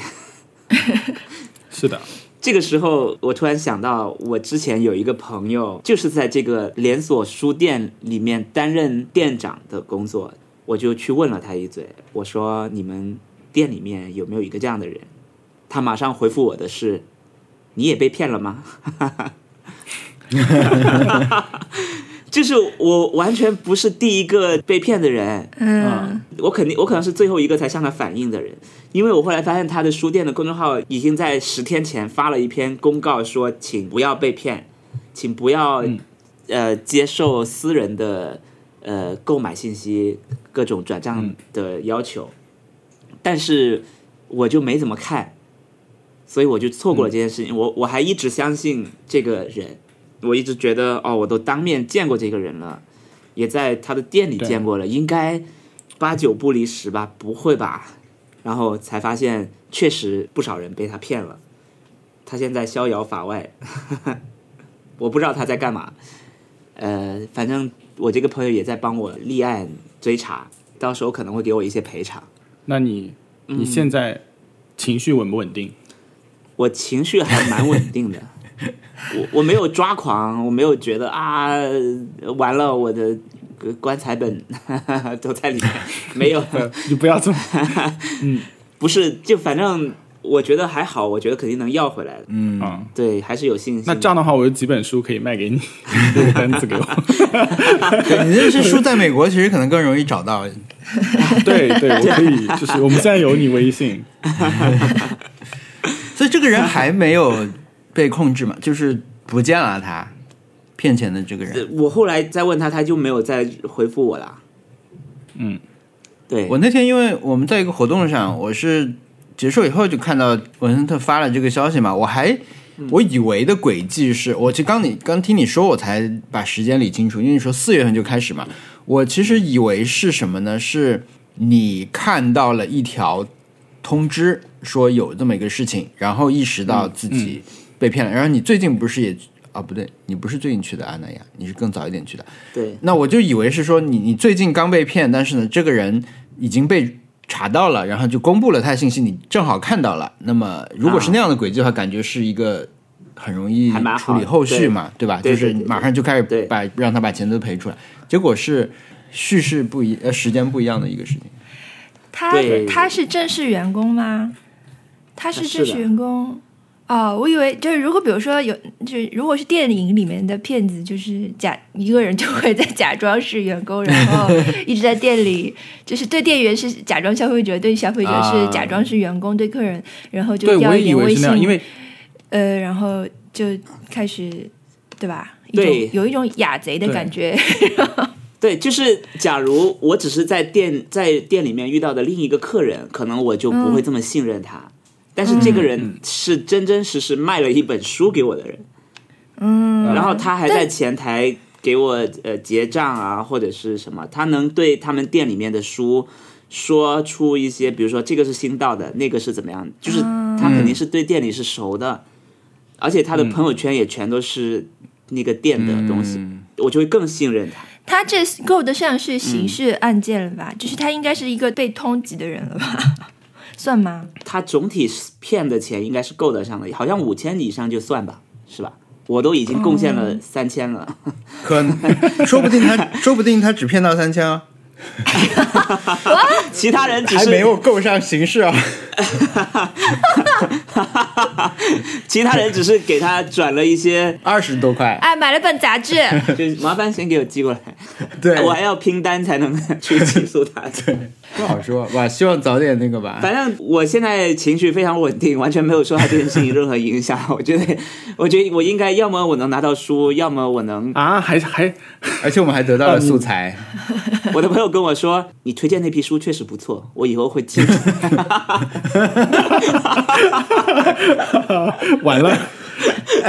Speaker 1: 是的，
Speaker 3: 这个时候，我突然想到，我之前有一个朋友，就是在这个连锁书店里面担任店长的工作，我就去问了他一嘴，我说：“你们店里面有没有一个这样的人？”他马上回复我的是：“你也被骗了吗？” 就是我完全不是第一个被骗的人，
Speaker 4: 嗯，
Speaker 3: 我肯定，我可能是最后一个才向他反映的人，因为我后来发现他的书店的公众号已经在十天前发了一篇公告，说请不要被骗，请不要、呃接受私人的呃购买信息、各种转账的要求，但是我就没怎么看，所以我就错过了这件事情。我我还一直相信这个人，我一直觉得哦，我都当面见过这个人了，也在他的店里
Speaker 1: 对
Speaker 3: 见过了，应该八九不离十吧？不会吧？然后才发现，确实不少人被他骗了。他现在逍遥法外， 我不知道他在干嘛。呃，反正我这个朋友也在帮我立案追查，到时候可能会给我一些赔偿。
Speaker 1: 那你你现在情绪稳不稳定？
Speaker 3: 我情绪还蛮稳定的，我我没有抓狂，我没有觉得啊，完了我的呃棺材本 都在里面，没有，
Speaker 1: 你不要这么
Speaker 3: 不是，就反正我觉得还好，我觉得肯定能要回来的，
Speaker 2: 嗯，
Speaker 1: 啊。
Speaker 3: 对，还是有信心。
Speaker 1: 那这样的话，我有几本书可以卖给 你，你有单子给我。
Speaker 2: 对你这些书在美国其实可能更容易找到，
Speaker 1: 对对，我可以，就是我们现在有你微信，
Speaker 2: 所以这个人还没有被控制嘛，就是不见了他骗钱的这个人。
Speaker 3: 呃我后来再问他，他就没有再回复我了。
Speaker 1: 嗯，
Speaker 3: 对，
Speaker 2: 我那天因为我们在一个活动上，我是结束以后就看到文森特发了这个消息嘛，我还我以为的轨迹是，我其实刚你刚听你说，我才把时间理清楚，因为你说四月份就开始嘛，我其实以为是什么呢？是你看到了一条通知说有这么一个事情，然后意识到自己被骗了，然后你最近不是也啊不对，你不是最近去的阿那亚，你是更早一点去的，
Speaker 3: 对，
Speaker 2: 那我就以为是说你你最近刚被骗，但是呢，这个人已经被查到了，然后就公布了他的信息，你正好看到了。那么如果是那样的轨迹的话，感觉是一个很容易
Speaker 3: 啊还蛮好
Speaker 2: 处理后续嘛，对吧？
Speaker 3: 对
Speaker 2: 就
Speaker 3: 对
Speaker 2: 是
Speaker 3: 对对
Speaker 2: 马上就开始
Speaker 3: 对
Speaker 2: 把让他把钱都赔出来，结果是叙事不一呃时间不一样的一个事情。
Speaker 4: 他
Speaker 3: 对
Speaker 4: 他是正式员工吗？他是
Speaker 3: 是
Speaker 4: 正式
Speaker 3: 的
Speaker 4: 员工。哦，我以为就是，如果比如说有，就是如果是电影里面的骗子，就是假一个人就会在假装是员 工，然后一直在店里，就是对店员是假装消费者，对消费者
Speaker 2: 啊
Speaker 4: 是假装是员工，对客人，然后
Speaker 1: 对
Speaker 4: 就要
Speaker 1: 我
Speaker 4: 一
Speaker 1: 也以
Speaker 4: 点
Speaker 1: 为
Speaker 4: 微
Speaker 1: 是
Speaker 4: 信
Speaker 1: 那，样，因为
Speaker 4: 呃，然后就开始，对吧？一
Speaker 3: 对
Speaker 4: 种有一种雅贼的
Speaker 1: 对
Speaker 4: 感觉，
Speaker 3: 对，就是假如我只是在店在店里面遇到的另一个客人，可能我就不会这么信任他。但是这个人是真真实实卖了一本书给我的人，
Speaker 4: 嗯，
Speaker 3: 然后他还在前台给我呃结账啊，或者是什么，他能对他们店里面的书说出一些，比如说这个是新到的，那个是怎么样的，就是他肯定是对店里是熟的，而且他的朋友圈也全都是那个店的东西，我就会更信任他。
Speaker 4: 他这够得上是刑事案件了吧？就是他应该是一个被通缉的人了吧？ 算吗？
Speaker 3: 他总体骗的钱应该是够得上的，好像五千以上就算吧，是吧？我都已经贡献了三千了，
Speaker 2: 可能说不定他说不定他只骗到三千啊，
Speaker 3: 其他人只
Speaker 2: 还
Speaker 3: 是
Speaker 2: 没有够上形式啊。
Speaker 3: 其他人只是给他转了一些
Speaker 2: 二十多块，
Speaker 4: 哎，买了本杂志，
Speaker 3: 就是麻烦先给我寄过来，
Speaker 2: 对，
Speaker 3: 我还要拼单才能去起诉他。
Speaker 2: 不好说哇，希望早点那个吧。
Speaker 3: 反正我现在情绪非常稳定，完全没有受到这件事情任何影响。我觉得，我觉得我应该要么我能拿到书，要么我能。
Speaker 1: 啊，还还
Speaker 2: 而且我们还得到
Speaker 3: 嗯
Speaker 2: 了素材，
Speaker 3: 我的朋友跟我说，你推荐那批书确实不错，我以后会记住。
Speaker 1: 完了，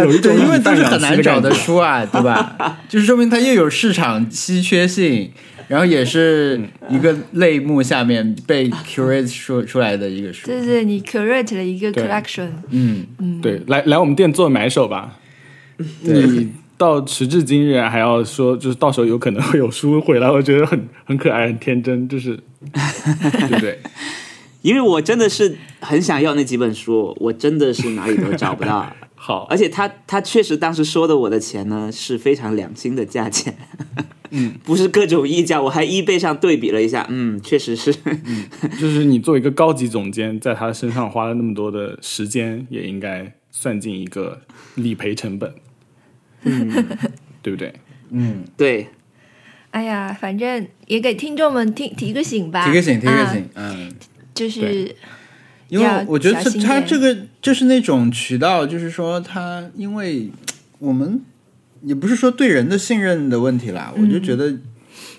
Speaker 1: 有一种
Speaker 2: 呃 对，因为都是很难找的
Speaker 1: 感觉
Speaker 2: 书啊，对吧？就是说明它又有市场稀缺性，然后也是一个类目下面被 curate 出出来的一个书。
Speaker 4: 对对，你 curate 了一个
Speaker 1: 对
Speaker 4: collection，
Speaker 2: 嗯，
Speaker 1: 对，来来我们店做买手吧。你到时至今日还要说，就是到时候有可能会有书回来，我觉得很很可爱，很天真，就是
Speaker 2: 对不对？
Speaker 3: 因为我真的是很想要那几本书，我真的是哪里都找不到。
Speaker 1: 好
Speaker 3: 而。且他他确实当时收的我的钱呢是非常良心的价钱，嗯， 不是各种溢价，我还 eBay 上对比了一下，嗯，确实是，
Speaker 1: 就是你作为一个高级总监，在他身上花了那么多的时间，也应该算进一个理赔成本，嗯， 对不对？
Speaker 3: 对，
Speaker 4: 哎呀，反正也给听众们提提个醒吧，
Speaker 2: 提个醒，提个醒
Speaker 4: 啊，，
Speaker 2: 嗯，
Speaker 4: 就是
Speaker 2: 因为
Speaker 4: 要
Speaker 2: 我觉得
Speaker 4: 小
Speaker 2: 它
Speaker 4: 心
Speaker 2: 它
Speaker 4: 点
Speaker 2: 这个就是那种渠道，就是说它因为我们也不是说对人的信任的问题啦，
Speaker 4: 嗯
Speaker 2: 我就觉得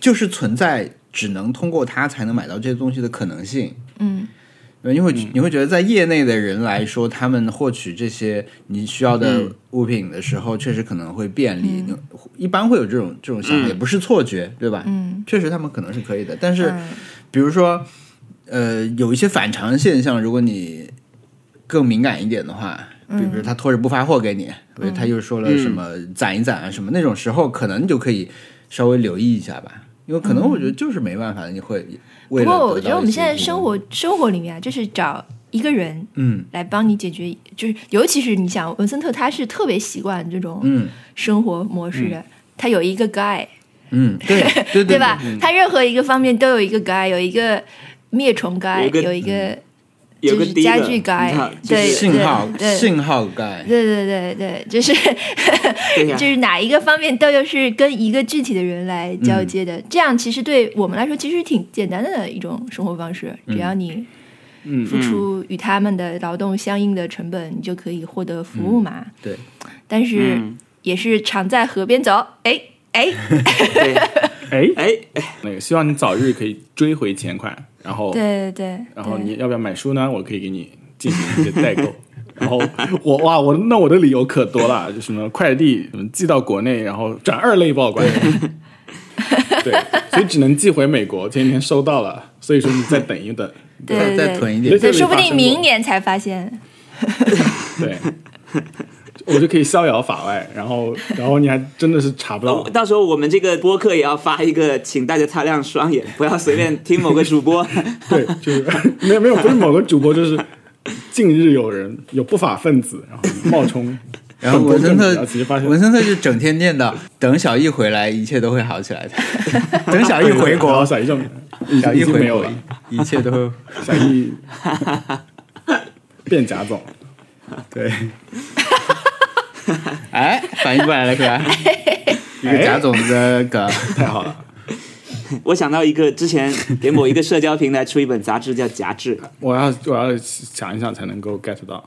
Speaker 2: 就是存在只能通过它才能买到这些东西的可能性。
Speaker 4: 嗯，
Speaker 2: 对，因为你会觉得在业内的人来说，他们获取这些你需要的
Speaker 4: 嗯
Speaker 2: 物品的时候，确实可能会便利，一般会有这种这种想法，也不是错觉，对吧？
Speaker 4: 嗯，
Speaker 2: 确实他们可能是可以的，但是
Speaker 4: 嗯
Speaker 2: 比如说，呃，有一些反常现象，如果你更敏感一点的话，
Speaker 4: 嗯
Speaker 2: 比比如他拖着不发货给你，所以他又说了什么攒一攒啊什么那种时候，可能你就可以稍微留意一下吧，因为可能我觉得就是没办法，你会为
Speaker 4: 嗯不
Speaker 2: 了
Speaker 4: 过我
Speaker 2: 得
Speaker 4: 觉
Speaker 2: 到
Speaker 4: 得我
Speaker 2: 一
Speaker 4: 们
Speaker 2: 些
Speaker 4: 现在
Speaker 2: 这
Speaker 4: 生
Speaker 2: 种
Speaker 4: 活生活里面啊，就是找一个人
Speaker 2: 嗯
Speaker 4: 来帮你解决，就是尤其是你想文森特他是特别习惯这种
Speaker 2: 嗯。
Speaker 4: 生活模式的，他有一个 guy，
Speaker 2: 嗯，对对
Speaker 4: 对吧？他任何一个方面都有一个 guy，有一个灭虫 guy，
Speaker 3: 有一个
Speaker 4: 有一个
Speaker 3: 有个
Speaker 4: 就是
Speaker 3: dealer，
Speaker 4: 家具
Speaker 3: 你知道
Speaker 4: guy，
Speaker 3: 就是
Speaker 4: 对
Speaker 2: 信号
Speaker 4: 对
Speaker 2: 信号盖，
Speaker 4: 对对对对，就是
Speaker 3: 对啊呀、
Speaker 4: 就是哪一个方面都要是跟一个具体的人来交接的，这样其实对我们来说其实挺简单的一种生活方式。只要你
Speaker 1: 嗯
Speaker 4: 付出与他们的劳动相应的成本，你就可以获得服务嘛。
Speaker 2: 对，
Speaker 4: 但是
Speaker 3: 嗯
Speaker 4: 也是常在河边走，哎哎，
Speaker 3: 对，
Speaker 1: 哎，
Speaker 3: 哎，
Speaker 1: 那个希望你早日可以追回钱款，然后
Speaker 4: 对对对，
Speaker 1: 哦然后
Speaker 4: 对
Speaker 1: 你要不要买书呢？我可以给你进行一些代 购。然后我哇，我那我的理由可多了，就什么快递什么寄到国内，然后转二类报关。 对，所以只能寄回美国。前几天收到了，所以说你再等一等。
Speaker 4: 对
Speaker 2: 再
Speaker 4: 对
Speaker 2: 再
Speaker 4: 对
Speaker 2: 囤一点，
Speaker 1: 对
Speaker 4: 对，
Speaker 1: 对
Speaker 4: 说不
Speaker 1: 发生过
Speaker 4: 定明年才发现。
Speaker 1: 对，我就可以逍遥法外。然后，然后你还真的是查不到
Speaker 3: 哦。到时候我们这个播客也要发一个，请大家擦亮双眼，不要随便听某个主播。
Speaker 1: 对，就是 没有没有，不是某个主播，就是近日有人有不法分子，然后冒充本国政府。
Speaker 2: 然后文森特
Speaker 1: 然后其啊实发，现
Speaker 2: 文森特就整天念叨，等小易回来，一切都会好起来的。等小易回
Speaker 1: 然后
Speaker 2: 国，
Speaker 1: 小易就已
Speaker 2: 小
Speaker 1: 经
Speaker 2: 易
Speaker 1: 已经没
Speaker 2: 回
Speaker 1: 有
Speaker 2: 国
Speaker 1: 了，，
Speaker 2: 一切都会
Speaker 1: 小易变贾总，
Speaker 2: 对。哎，反应过来了是吧？一个
Speaker 1: 哎
Speaker 2: 贾总的梗，
Speaker 1: 太好了，
Speaker 3: 我想到一个之前给某一个社交平台出一本杂志叫《杂志》，
Speaker 1: 我要我要想一想才能够 get 到，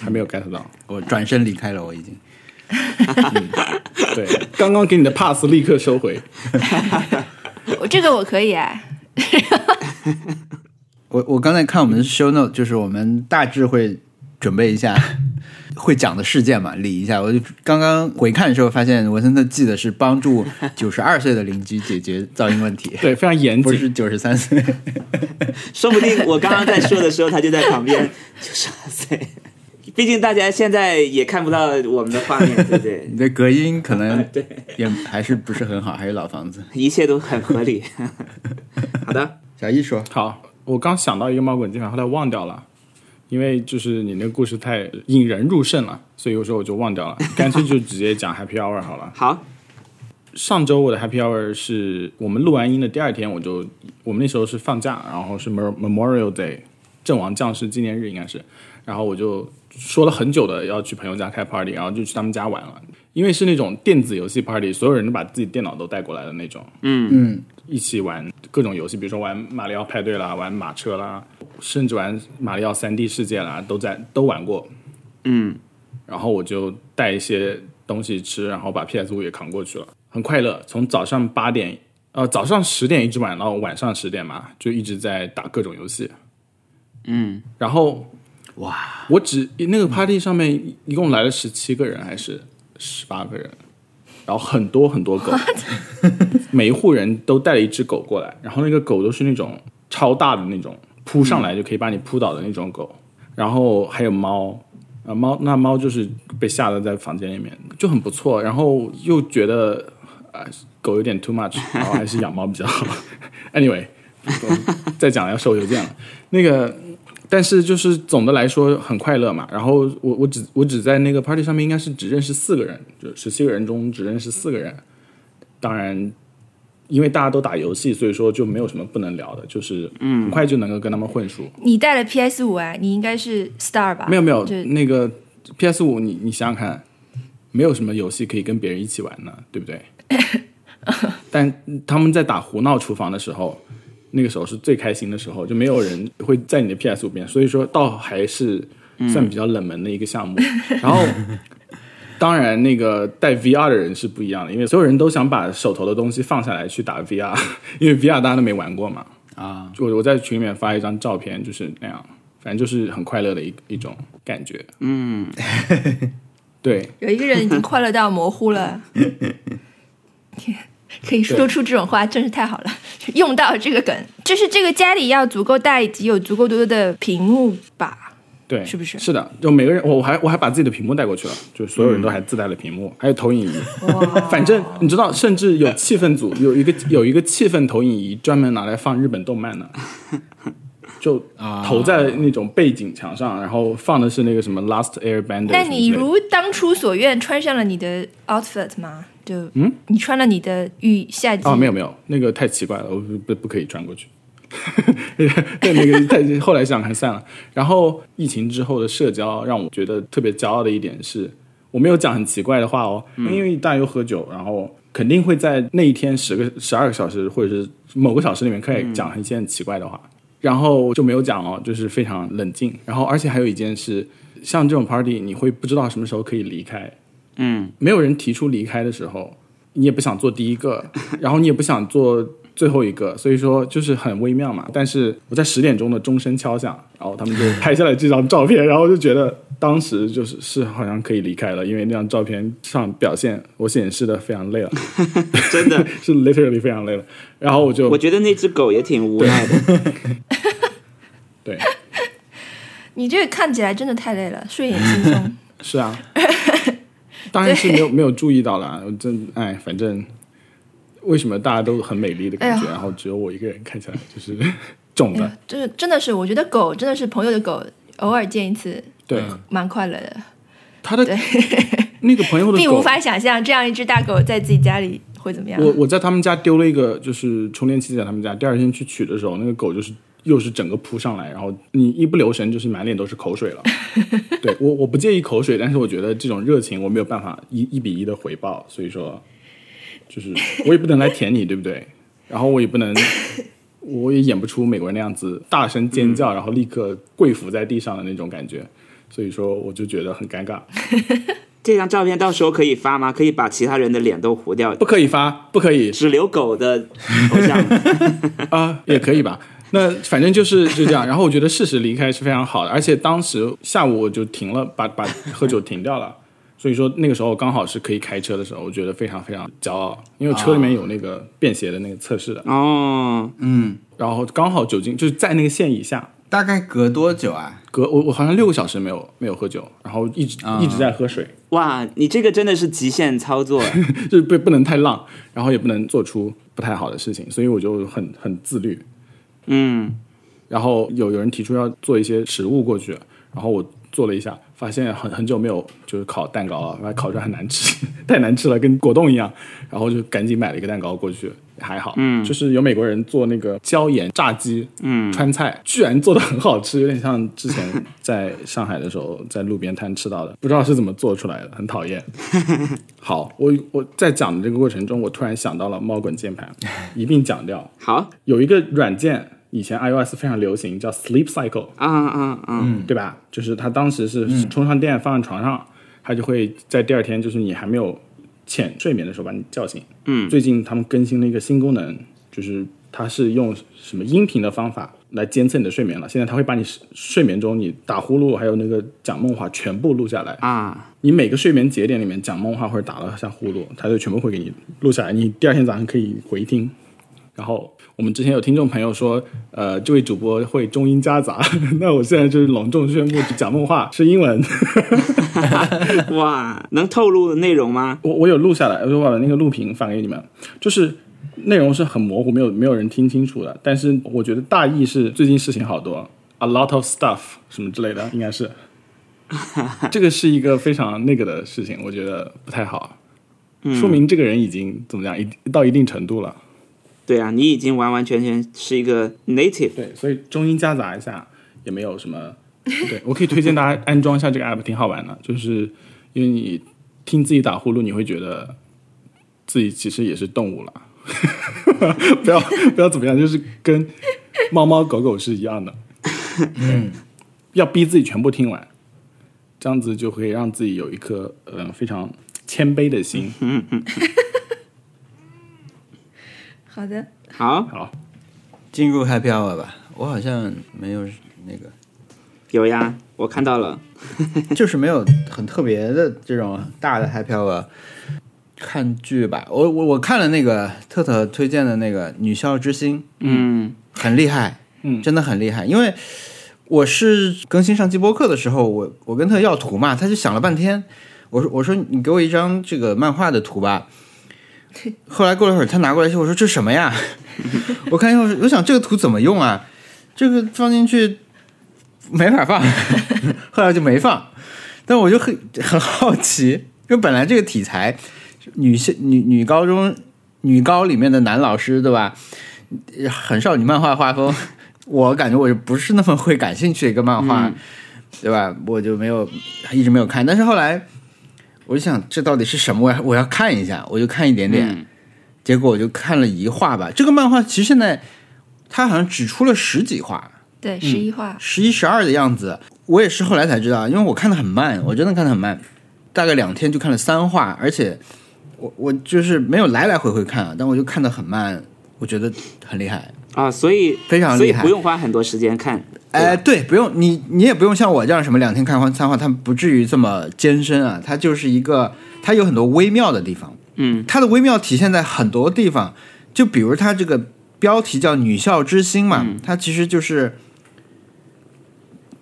Speaker 1: 还没有 get 到。
Speaker 2: 我转身离开了，我已经。
Speaker 1: 对，刚刚给你的 pass 立刻收回。
Speaker 4: 我这个我可以哎，
Speaker 2: 我我刚才看我们的 show note，就是我们大致会准备一下会讲的事件嘛，理一下。我就刚刚回看的时候，发现文森特记得是帮助九十二岁的邻居解决噪音问题，
Speaker 1: 对，非常严
Speaker 2: 不
Speaker 1: 谨。
Speaker 2: 是九十三岁。
Speaker 3: 说不定我刚刚在说的时候，他就在旁边，就是哇塞。毕竟大家现在也看不到我们的画面，对不 对？
Speaker 2: 你的隔音可能也还是不是很好，还是老房子。
Speaker 3: 一切都很合理。好的，
Speaker 2: 小易说，
Speaker 1: 好，我刚想到一个猫滚键盘，后来忘掉了，因为就是你那个故事太引人入胜了，所以有时候我就忘掉了，干脆就直接讲 Happy Hour 好了。
Speaker 3: 好，
Speaker 1: 上周我的 Happy Hour 是我们录完音的第二天，我就我们那时候是放假，然后是 Mem- Memorial Day，阵亡将士纪念日应该是，然后我就说了很久的要去朋友家开 party，然后就去他们家玩了，因为是那种电子游戏 party，所有人都把自己电脑都带过来的那种，嗯嗯，一起玩各种游戏，比如说玩马里奥派对啦，玩马车啦，甚至玩马里奥三 D 世界啦，都在都玩过。
Speaker 3: 嗯，
Speaker 1: 然后我就带一些东西吃，然后把 PS 五也扛过去了，很快乐。从早上八点，呃，早上十点一直玩到晚上十点嘛，就一直在打各种游戏。嗯，然后
Speaker 2: 哇，
Speaker 1: 我只那个 party 上面一共来了十七个人还是十八个人，然后很多很多狗， 每一户人都带了一只狗过来，然后那个狗都是那种超大的那种，扑上来就可以把你扑倒的那种狗，然后还有猫。啊，猫那猫就是被吓得在房间里面就很不错，然后又觉得啊、狗有点 too much，然后还是养猫比较好。anyway，我再讲要收邮件了。那个，但是就是总的来说很快乐嘛。然后我我只我只在那个 party 上面应该是只认识四个人，就十七个人中只认识四个人。当然，因为大家都打游戏，所以说就没有什么不能聊的，就是很快就能够跟他们混熟。
Speaker 4: 你带了 PS 五哎，你应该是 star 吧？
Speaker 1: 没有没有
Speaker 4: 就，
Speaker 1: 那个 PS 五，你你想想看，没有什么游戏可以跟别人一起玩呢，对不 对？但他们在打胡闹厨房的时候，那个时候是最开心的时候，就没有人会在你的 PS 五边，所以说倒还是算比较冷门的一个项目。然后，当然那个带 VR 的人是不一样的，因为所有人都想把手头的东西放下来去打 VR，因为 VR 大家都没玩过嘛。啊，我我在群里面发一张照片，就是那样，反正就是很快乐的一一种感觉。嗯， 对，
Speaker 4: 有一个人已经快乐到模糊 了。天，可以说出这种话真是太好了，用到这个梗，就是这个家里要足够大以及有足够多的屏幕吧。
Speaker 1: 对，
Speaker 4: 是不是
Speaker 1: 是的，就每个人，我我还我还把自己的屏幕带过去了，就是所有人都还自带了屏幕，还有投影仪。 反正你知道，甚至有气氛组有一个有一个气氛投影仪，专门拿来放日本动漫的，就投在那种背景墙上，然后放的是那个什么《Last Airbender》。
Speaker 4: 那你如当初所愿，穿上了你的 outfit 吗？就嗯，你穿了你的浴夏季
Speaker 1: 啊，没有没有，那个太奇怪了，我不不不可以转过去。 对，那个太后来想还散了。然后疫情之后的社交让我觉得特别骄傲的一点是，我没有讲很奇怪的话哦，因为大家又喝酒，然后肯定会在那一天十个十二个小时或者是某个小时里面可以讲一些很奇怪的话，然后就没有讲哦，就是非常冷静。然后而且还有一件事，像这种 party 你会不知道什么时候可以离开，嗯，没有人提出离开的时候，你也不想做第一个， 然后你也不想做最后一个，所以说就是很微妙嘛。但是我在十点钟的钟声敲响，然后他们就拍下来这张照片，然后就觉得当时就是是好像可以离开了，因为那张照片上表现我显示的非常 累了，
Speaker 3: 真的，
Speaker 1: 是 literally 非常累了。然后我就
Speaker 3: 我觉得那只狗也挺无奈的。
Speaker 1: 对，
Speaker 4: 你这个看起来真的太累了，睡眼惺 忪。
Speaker 1: 是啊，当然是没有没有注意到啦。我真哎，反正为什么大家都很美丽的感觉，
Speaker 4: 哎呀
Speaker 1: 然后只有我一个人看起来就是 肿
Speaker 3: 哎
Speaker 1: 的，
Speaker 4: 这真的是，我觉得狗真的是朋友的狗，偶尔见一次
Speaker 1: 对。
Speaker 3: 嗯
Speaker 4: 蛮快乐的，
Speaker 1: 他的 那个朋友的
Speaker 4: 并
Speaker 1: 狗，
Speaker 4: 无法想象这样一只大狗在自己家里会怎么样。
Speaker 1: 我我在他们家丢了一个，就是充电器在他们家，第二天去取的时候，那个狗就是又是整个扑上来，然后你一不留神就是满脸都是口水 了。对我我不介意口水，但是我觉得这种热情我没有办法一一比一的回报，所以说就是我也不能来舔你，对不对？然后我也不能。我也演不出美国人那样子大声尖
Speaker 4: 嗯
Speaker 1: 叫，然后立刻跪伏在地上的那种感觉，所以说我就觉得很尴尬。
Speaker 3: 这张照片到时候可以发吗？可以把其他人的脸都糊掉
Speaker 1: 不，可以发，不可以，
Speaker 3: 只留狗的头像。
Speaker 1: 啊，也可以吧。那反正就是就这样。然后我觉得适时离开是非常好的，而且当时下午我就停了，把把喝酒停掉了。所以说那个时候刚好是可以开车的时候，我觉得非常非常骄傲，因为车里面有那个便携的那个测试的，
Speaker 3: 哦，
Speaker 1: 然后刚好酒精就是在那个线以下，
Speaker 2: 大概隔多久啊？
Speaker 1: 隔我我好像六个小时没有没有喝酒，然后一直、一直在喝水，
Speaker 3: 哇，你这个真的是极限操作，
Speaker 1: 就是不不能太浪，然后也不能做出不太好的事情，所以我就很很自律。
Speaker 3: 嗯，
Speaker 1: 然后有有人提出要做一些食物过去，然后我做了一下，发现很很久没有就是烤蛋糕了，然后烤出来很难吃， 太难吃了，跟果冻一样。然后就赶紧买了一个蛋糕过去，还好，嗯，就是有美国人做那个椒盐炸鸡，嗯，川菜居然做的很好吃，有点像之前在上海的时候在路边摊吃到的，不知道是怎么做出来的，很讨厌。好，我我在讲的这个过程中，我突然想到了猫滚键盘，一并讲掉。
Speaker 3: 好
Speaker 1: 有一个软件，以前 iOS 非常流行，叫 Sleep Cycle，
Speaker 3: 啊啊啊！
Speaker 1: 对吧？就是它当时是充上电放在床上，它就会在第二天，就是你还没有浅睡眠的时候把你叫醒。嗯，最近他们更新了一个新功能，就是它是用什么音频的方法来监测你的睡眠了。现在它会把你睡睡眠中你打呼噜还有那个讲梦话全部录下来。
Speaker 3: 啊，
Speaker 1: 你每个睡眠节点里面讲梦话或者打了像呼噜，它就全部会给你录下来，你第二天早上可以回听。然后我们之前有听众朋友说，呃，这位主播会中英夹杂， 那我现在就是隆重宣布，讲梦话是英文。
Speaker 3: 哇，能透露的内容吗？
Speaker 1: 我我有录下来，我把那个录屏发给你们，就是内容是很模糊，没有没有人听清楚的。但是我觉得大意是最近事情好多，a lot of stuff 什么之类的，应该是。这个是一个非常那个的事情，我觉得不太好，说明这个人已经怎么讲，一到一定程度了。
Speaker 3: 对啊，你已经完完全全是一个 native。
Speaker 1: 对，所以中英夹杂一下也没有什 么。对我可以推荐大家安装一下这个 app，挺好玩的，就是因为你听自己打呼噜，你会觉得自己其实也是动物了， 不要不要怎么样，就是跟猫猫狗狗是一样的，要逼自己全部听完，这样子就可以让自己有一颗嗯、呃非常谦卑的心。
Speaker 4: 好的，
Speaker 3: 好，
Speaker 1: 好，
Speaker 2: 进入 Happy Hour 吧，我好像没有那个。
Speaker 3: 有呀，我看到了。
Speaker 2: 就是没有很特别的这种大的 happy hour。看剧吧，我我我看了那个特特推荐的那个《女校之星》，
Speaker 3: 嗯
Speaker 2: 很厉害，
Speaker 1: 嗯
Speaker 2: 真的很厉害。因为我是更新上期播客的时候，我我跟特要图嘛，他就想了半天，我说我说你给我一张这个漫画的图吧。后来过了一会儿，他拿过来一些，我说这什么呀？ 我看一会儿，我想这个图怎么用啊？这个放进去没法放， 后来就没放。但我就很很好奇， 因为本来这个题材，女性女女高中女高里面的男老师，对吧？很少女漫画画风， 我感觉我不是那么会感兴趣的一个漫画，对吧？我就没有一直没有看，但是后来我就想，这到底是什么？我要我要看一下，我就看一点点，
Speaker 3: 嗯
Speaker 2: 结果我就看了一话吧。这个漫画其实现在它好像只出了十几话，
Speaker 1: 嗯
Speaker 4: 对，十一画，
Speaker 2: 十一十二的样子。我也是后来才知道，因为我看的很慢，我真的看的很慢，大概两天就看了三话，而且我我就是没有来来回回看啊，但我就看的很慢，我觉得很厉害。
Speaker 3: 啊，所以
Speaker 2: 非常
Speaker 3: 所以
Speaker 2: 厉害
Speaker 3: 不用花很多时间看。
Speaker 2: 哎，对，不用你，你也不用像我这样什么两天看完三话，它不至于这么艰深啊。它就是一个，它有很多微妙的地方，
Speaker 3: 嗯，
Speaker 2: 它的微妙体现在很多地方，就比如它这个标题叫“女校之星”嘛，它其实就是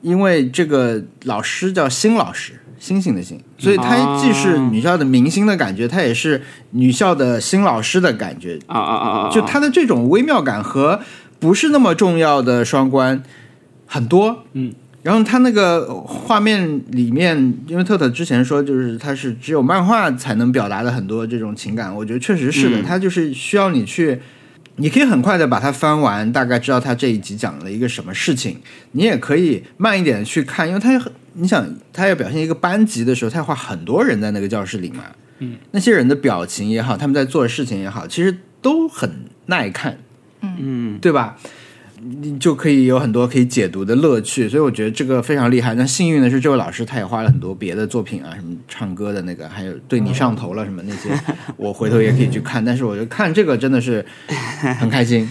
Speaker 2: 因为这个老师叫星老师，星星的星，所以它既是女校的明星的感觉，它也是女校的新老师的感觉，
Speaker 3: 啊啊啊啊！啊
Speaker 2: 就它的这种微妙感和不是那么重要的双关很多，
Speaker 1: 嗯。
Speaker 2: 然后它那个画面里面，因为特特之前说，就是它是只有漫画才能表达的很多这种情感，我觉得确实是的。
Speaker 3: 嗯
Speaker 2: 它就是需要你去，你可以很快的把它翻完，大概知道它这一集讲了一个什么事情。你也可以慢一点去看，因为它很你想，它要表现一个班级的时候，它要画很多人在那个教室里嘛。嗯，那些人的表情也好，他们在做的事情也好，其实都很耐看。嗯，对吧？你就可以有很多可以解读的乐趣，所以我觉得这个非常厉害。那幸运的是，这位老师他也画了很多别的作品啊，什么唱歌的那个，还有对你上头了什么那些，我回头也可以去看。但是我觉得看这个真的是很开心，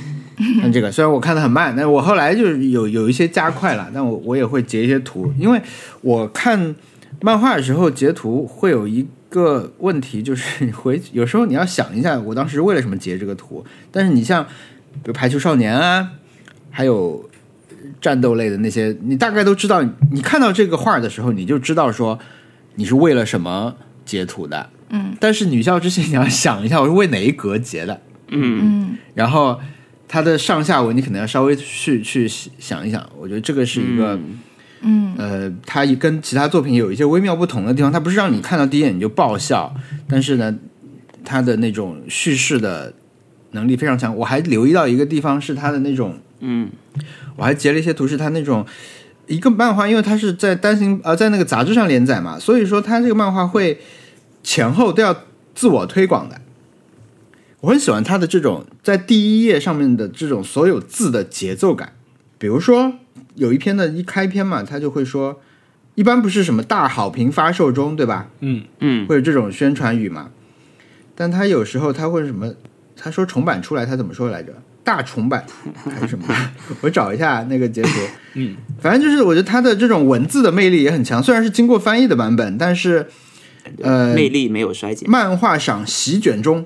Speaker 2: 看这个虽然我看的很慢，但是我后来就是有有一些加快了，但我我也会截一些图，因为我看漫画的时候截图会有一个问题，就是你回有时候你要想一下，我当时为了什么截这个图，但是你像比如排球少年啊，还有战斗类的那些，你大概都知道。你看到这个画的时候，你就知道说你是为了什么截图的。嗯，但是女校之星，你要想一下，我是为哪一格截的？
Speaker 3: 嗯
Speaker 4: 嗯，
Speaker 2: 然后它的上下文，你可能要稍微去去想一想。我觉得这个是一个、嗯，
Speaker 3: 嗯
Speaker 2: 呃，它跟其他作品有一些微妙不同的地方，它不是让你看到第一眼你就爆笑，但是呢，它的那种叙事的能力非常强。我还留意到一个地方是它的那种，嗯，我还截了一些图，是它那种一个漫画，因为它是在单行呃在那个杂志上连载嘛，所以说它这个漫画会前后都要自我推广的。我很喜欢它的这种在第一页上面的这种所有字的节奏感，比如说有一篇的一开篇嘛，它就会说，一般不是什么大好评发售中，对吧？
Speaker 1: 嗯
Speaker 2: 嗯，会有这种宣传语嘛？但他有时候他会什么？他说重版出来，他怎么说来着？大重版还 是什么？我找一下那个截图。
Speaker 1: 嗯，
Speaker 2: 反正就是我觉得他的这种文字的魅力也很强，虽然是经过翻译的版本，但是呃，
Speaker 3: 魅力没有衰减。
Speaker 2: 漫画赏席卷中，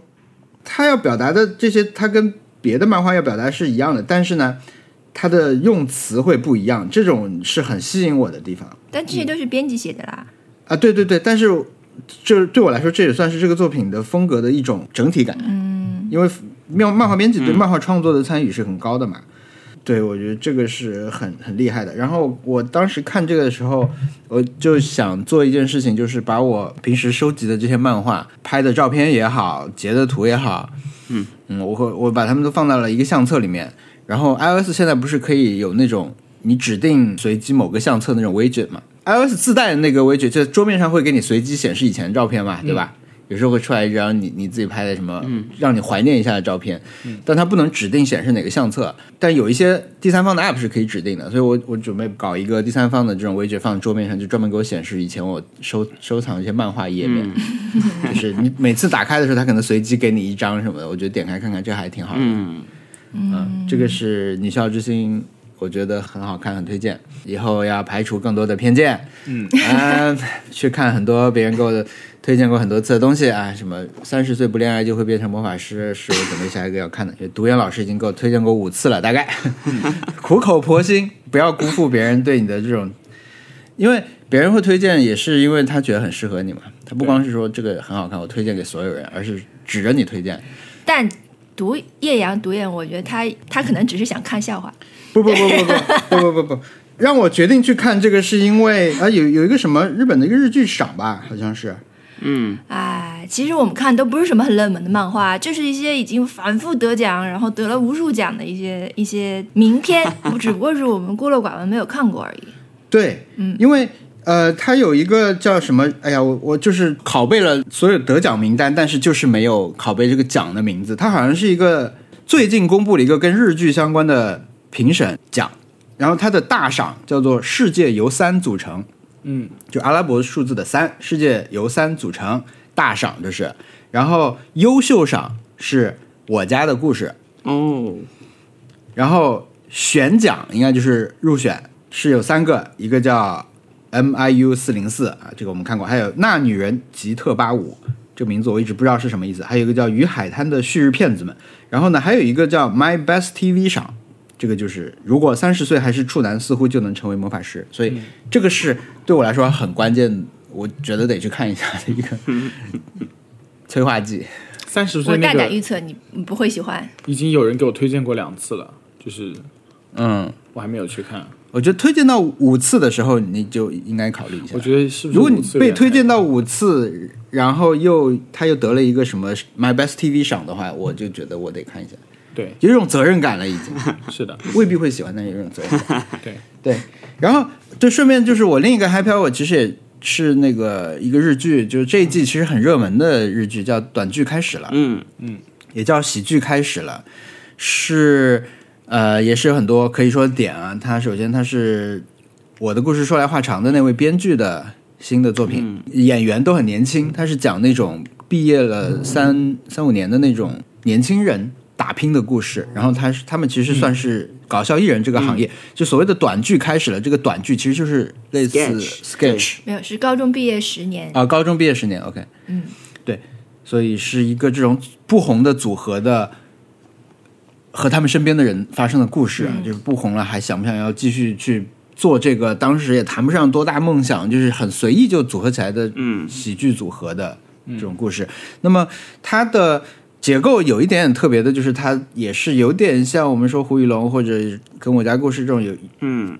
Speaker 2: 他要表达的这些，他跟别的漫画要表达是一样的，但是呢，他的用词会不一样，这种是很吸引我的地方
Speaker 4: 但这些都是编辑写的啦。
Speaker 2: 啊！对对对，但是这对我来说，这也算是这个作品的风格的一种整体感。嗯，因为漫漫画编辑对漫画创作的参与是很高的嘛。对，我觉得这个是很很厉害的。然后我当时看这个的时候，我就想做一件事情，就是把我平时收集的这些漫画拍的照片也好，截的图也好，嗯我会我把它们都放到了一个相册里面。然后 iOS 现在不是可以有那种你指定随机某个相册那种 widget 嘛？iOS 自带的那个 widget 就桌面上会给你随机显示以前的照片嘛，对吧？有时候会出来一张你你自己拍的什么，让你怀念一下的照片，但它不能指定显示哪个相册，但有一些第三方的 app 是可以指定的，所以我我准备搞一个第三方的这种 widget 放桌面上，就专门给我显示以前我收收藏一些漫画页面， 就是你每次打开的时候，它可能随机给你一张什么的，我觉得点开看看，这还挺好的。
Speaker 3: 嗯，
Speaker 2: 嗯，这个是《女校之星》，我觉得很好看，很推荐。以后要排除更多的偏见，嗯， 去看很多别人给我的推荐过很多次的东西啊，什么三十岁不恋爱就会变成魔法师，是我准备下一个要看的。就独眼老师已经给我推荐过五次了，大概 苦口婆心，不要辜负别人对你的这种，因为别人会推荐也是因为他觉得很适合你嘛。他不光是说这个很好看，我推荐给所有人，而是指着你推荐。
Speaker 4: 但独叶阳独眼，我觉得他他可能只是想看笑话。
Speaker 2: 不不不不不不不不不，让我决定去看这个是因为啊，有有一个什么日本的一个日剧赏吧，好像是，
Speaker 4: 哎，其实我们看都不是什么很冷门的漫画，就是一些已经反复得奖，然后得了无数奖的一些一些名片，只不过是我们孤陋寡闻没有看过而已。
Speaker 2: 对，嗯，因为呃，它有一个叫什么，哎呀，我我就是拷贝了所有得奖名单，但是就是没有拷贝这个奖的名字，它好像是一个最近公布了一个跟日剧相关的评审奖，然后它的大赏叫做世界由三组成。
Speaker 1: 嗯，
Speaker 2: 就阿拉伯数字的三，世界由三组成，大赏这是，然后优秀赏是我家的故事，
Speaker 4: 嗯
Speaker 3: 哦，
Speaker 2: 然后选奖应该就是入选是有三个，一个叫 M I U 四零四啊，这个我们看过，还有那女人吉特八五这个名字我一直不知道是什么意思，还有一个叫与海滩的旭日骗子们，然后呢还有一个叫 My Best TV 赏。这个就是，如果三十岁还是处男，似乎就能成为魔法师，所以这个是对我来说很关键，我觉得得去看一下的一个催化剂。
Speaker 1: 三十
Speaker 4: 我
Speaker 1: 岁那
Speaker 4: 大胆
Speaker 1: 个
Speaker 4: 预测你你不会喜欢。
Speaker 1: 已经有人给我推荐过两次了，就是
Speaker 2: 嗯，
Speaker 1: 我还没有去看。
Speaker 2: 我觉得推荐到五次的时候，你就应该考虑一下。
Speaker 1: 我觉得是不是
Speaker 2: 如果你
Speaker 1: 五次
Speaker 2: 被
Speaker 1: 元
Speaker 2: 推荐
Speaker 1: 太
Speaker 2: 到五次，然后又他又得了一个什么 My Best TV 赏的话，我就觉得我得看一下，
Speaker 1: 对，
Speaker 2: 有一种责任感了，已经
Speaker 1: 是的，
Speaker 2: 未必会喜欢，但有一种责任感。
Speaker 1: 对，
Speaker 2: 对，然后就顺便就是我另一个 Happy Hour，其实也是那个一个日剧，就是这一季其实很热门的日剧，叫《短剧开始了》。
Speaker 3: 嗯，
Speaker 2: 也叫喜剧开始了，是呃，也是有很多可以说的点啊。它首先它是我的故事说来话长的那位编剧的新的作品，
Speaker 3: 嗯
Speaker 2: 演员都很年轻，他是讲那种毕业了三、三五年的那种年轻人。打拼的故事，然后他是他们其实算是
Speaker 3: 嗯
Speaker 2: 搞笑艺人这个行业，就所谓的短剧开始了。这个短剧其实就是类似
Speaker 3: Sketch，对
Speaker 2: sketch
Speaker 4: 没有，是高中毕业十年，
Speaker 2: 啊，高中毕业十年，OK，嗯，对，所以是一个这种不红的组合的和他们身边的人发生的故事
Speaker 4: 嗯
Speaker 2: 啊，就是不红了还想不想要继续去做这个，当时也谈不上多大梦想，就是很随意就组合起来的，
Speaker 3: 嗯
Speaker 2: 喜剧组合的这种故事。那么它的结构有一点点特别的，就是它也是有点像我们说胡宇龙或者跟我家故事这种有
Speaker 3: 嗯，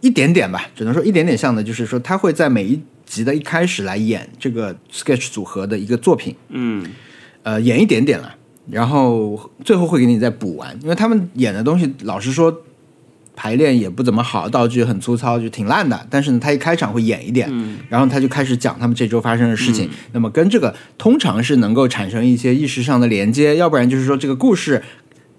Speaker 2: 一点点吧，只能说一点点像的，就是说他会在每一集的一开始来演这个 sketch 组合的一个作品，
Speaker 3: 嗯
Speaker 2: 呃，演一点点了，然后最后会给你再补完，因为他们演的东西，老实说，排练也不怎么好，道具很粗糙，就挺烂的。但是呢，他一开场会演一点，然后他就开始讲他们这周发生的事情。那么跟这个通常是能够产生一些意识上的连接，要不然就是说这个故事。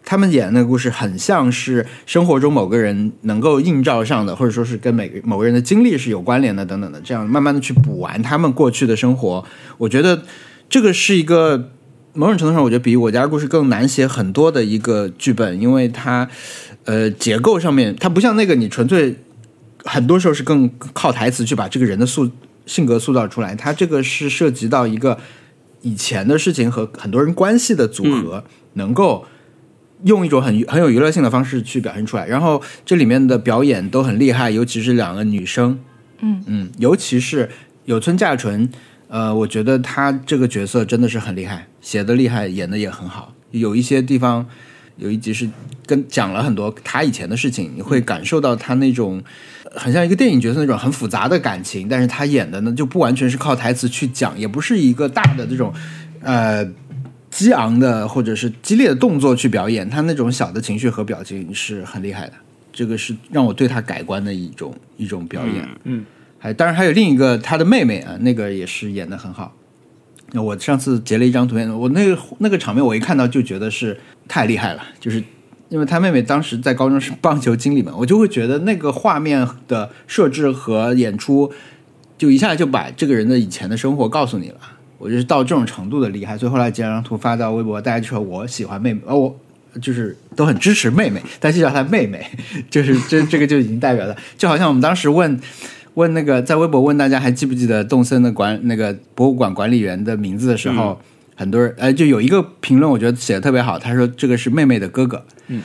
Speaker 2: 他们演的那个故事很像是生活中某个人能够映照上的，或者说是跟每个某个人的经历是有关联的等等的，这样慢慢的去补完他们过去的生活。我觉得这个是一个某种程度上，我觉得比我家的故事更难写很多的一个剧本，因为它呃结构上面，它不像那个你纯粹很多时候是更靠台词去把这个人的塑性格塑造出来，它这个是涉及到一个以前的事情和很多人关系的组合，能够。用一种很很有娱乐性的方式去表现出来，然后这里面的表演都很厉害，尤其是两个女生，
Speaker 4: 嗯
Speaker 2: 嗯，尤其是有村架纯，呃，我觉得她这个角色真的是很厉害，写的厉害，演的也很好。有一些地方有一集是跟讲了很多她以前的事情，你会感受到她那种呃很像一个电影角色那种很复杂的感情，但是她演的呢就不完全是靠台词去讲，也不是一个大的这种呃激昂的或者是激烈的动作去表演，她那种小的情绪和表情是很厉害的。这个是让我对她改观的一种一种表演。还哎当然还有另一个他的妹妹啊，那个也是演的很好。那我上次截了一张图片，我那个那个场面我一看到就觉得是太厉害了，就是因为他妹妹当时在高中是棒球经理嘛，我就会觉得那个画面的设置和演出，就一下就把这个人的以前的生活告诉你了。我就是到这种程度的厉害，所以后来截了张图发到微博，大家就说我喜欢妹妹，哦，我就是都很支持妹妹，但是叫她妹 妹，就是这这个就已经代表了，就好像我们当时问问那个在微博问大家还记不记得动森的管那个博物馆管理员的名字的时候，很多人呃就有一个评论，我觉得写的特别好，他说这个是妹妹的哥哥，嗯，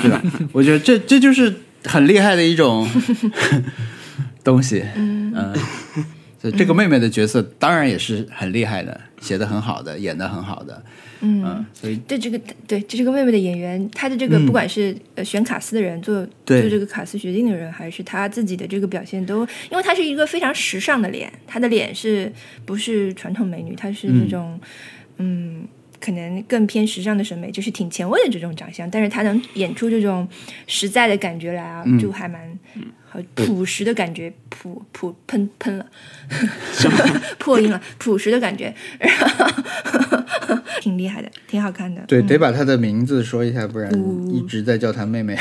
Speaker 2: 对吧？我觉得这这就是很厉害的一种东西，嗯。所以这个妹妹的角色当然也是很厉害的，写的很好的，演的很好的，嗯所以
Speaker 4: 对这个对这是个妹妹的演员，她的这个不管是呃选卡斯的人做
Speaker 2: 对
Speaker 4: 做这个卡斯决定的人，还是她自己的这个表现都，因为她是一个非常时尚的脸，她的脸是不是传统美女，她是那种嗯可能更偏时尚的审美，就是挺前卫的这种长相，但是她能演出这种实在的感觉来啊，就还蛮。很朴实的感觉，朴朴喷喷了， 破音了，朴实的感觉，然后 挺厉害的，挺好看的。
Speaker 2: 对，
Speaker 4: 嗯
Speaker 2: 得把她的名字说一下，不然一直在叫她妹妹。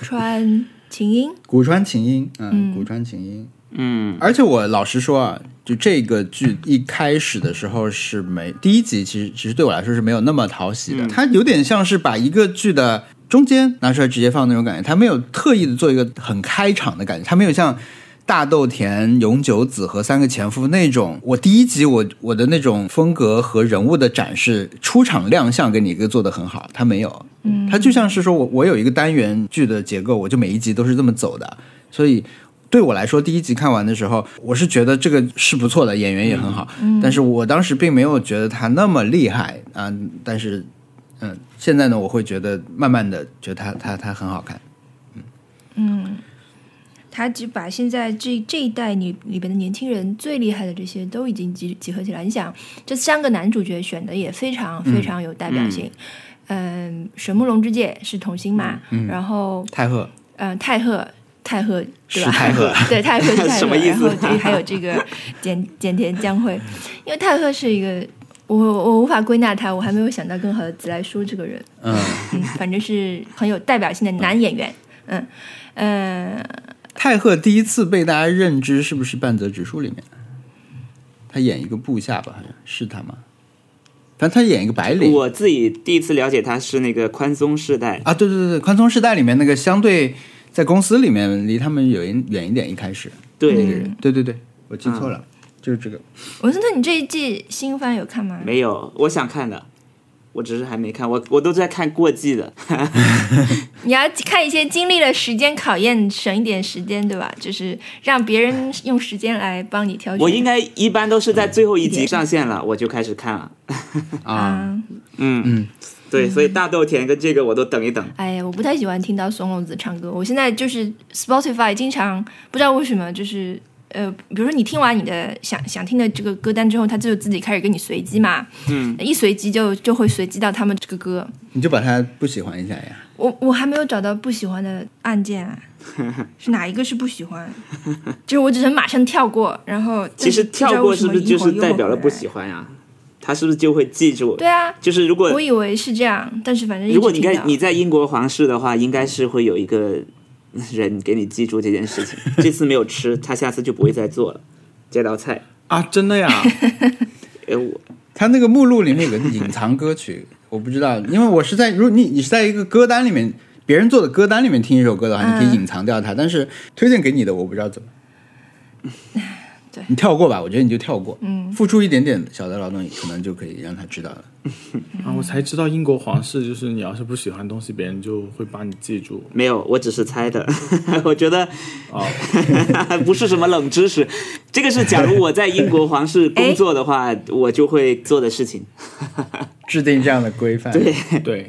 Speaker 4: 川琴音，
Speaker 2: 古川琴音，嗯，古川琴音。
Speaker 3: 嗯
Speaker 2: 而且我老实说啊，就这个剧一开始的时候是没第一集，其实其实对我来说是没有那么讨喜的，它有点像是把一个剧的中间拿出来直接放那种感觉，它没有特意的做一个很开场的感觉，它没有像。大豆田、永久子和三个前夫那种，我第一集我我的那种风格和人物的展示出场亮相给你一个做的很好，他没有，嗯，他就像是说我我有一个单元剧的结构，我就每一集都是这么走的，所以对我来说，第一集看完的时候，我是觉得这个是不错的，演员也很好，但是我当时并没有觉得他那么厉害啊、但是，嗯、现在呢，我会觉得慢慢的觉得他他他很好看，
Speaker 4: 他只把现在这这一代里里边的年轻人最厉害的这些都已经集集合起来。你想，这三个男主角选的也非常非常有代表性。嗯，神木隆之介是童星嘛，然后
Speaker 2: 太赫
Speaker 4: 嗯、呃太赫。太赫对吧？
Speaker 2: 是太赫
Speaker 4: 对太赫是太赫，
Speaker 3: 什么意思
Speaker 4: 然后这还有这个简简田将会，因为太赫是一个我我无法归纳他，我还没有想到更好的词来说这个人。
Speaker 2: 嗯，
Speaker 4: 嗯，反正是很有代表性的男演员。嗯，呃，
Speaker 2: 太赫第一次被大家认知是不是《半泽直树》里面？他演一个部下吧，好像是他吗？反正他演一个白领，
Speaker 3: 我自己第一次了解他是那个宽松世代，
Speaker 2: 啊，对对对对，宽松时代里面那个相对在公司里面离他们有一远一点，一开始那个
Speaker 3: 对，
Speaker 4: 嗯
Speaker 2: 人，对对对，我记错了，就是这个。
Speaker 4: 文森特，你这一季新番有看吗？
Speaker 3: 没有，我想看的，我只是还没看，我我都在看过季的，
Speaker 4: 你要看一些经历了时间考验，省一点时间，对吧？就是让别人用时间来帮你挑选。
Speaker 3: 我应该一般都是在最后一集上线了，我就开始看了。
Speaker 4: 啊，
Speaker 3: 嗯嗯，对，所以大豆田跟这个我都等一等。
Speaker 4: 哎呀，我不太喜欢听到怂恿子唱歌。我现在就是 Spotify 经常不知道为什么，就是呃，比如说你听完你的想想听的这个歌单之后，它就自己开始给你随机嘛，嗯，一随机就就会随机到他们这个歌。
Speaker 2: 你就把它不喜欢一下呀。
Speaker 4: 我我还没有找到不喜欢的按键、 啊，是哪一个是不喜欢？就是我只能马上跳过，然后
Speaker 3: 其实跳过是不是就是
Speaker 4: 但知道为什么一会儿又
Speaker 3: 代表了
Speaker 4: 回来
Speaker 3: 不喜欢呀、他是不是就会记住？
Speaker 4: 对啊，
Speaker 3: 就是如果
Speaker 4: 我以为是这样，但是反正一直
Speaker 3: 如果你
Speaker 4: 听
Speaker 3: 在
Speaker 4: 到
Speaker 3: 你在英国皇室的话，应该是会有一个人给你记住这件事 情。这次没有吃，他下次就不会再做了这道菜。
Speaker 1: 啊，真 的呀，
Speaker 3: 呃，我
Speaker 2: 它那个目录里面有个隐藏歌曲，我不知道，因为我是在如果你你是在一个歌单里面别人做的歌单里面听一首歌的话，你可以隐藏掉它，但是推荐给你的我不知道怎么。
Speaker 4: 对
Speaker 2: 你跳过吧，我觉得你就跳过，嗯，付出一点点小的劳动，可能就可以让他知道了。
Speaker 1: 啊，我才知道英国皇室就是你要是不喜欢东西，别人就会把你记 住。
Speaker 3: 没有，我只是猜的。 我觉得
Speaker 1: 哦，
Speaker 3: 不是什么冷知识。这个是假如我在英国皇室工作的话，我就会做的事情。
Speaker 2: 制定这样的规范，
Speaker 3: 对，
Speaker 1: 对，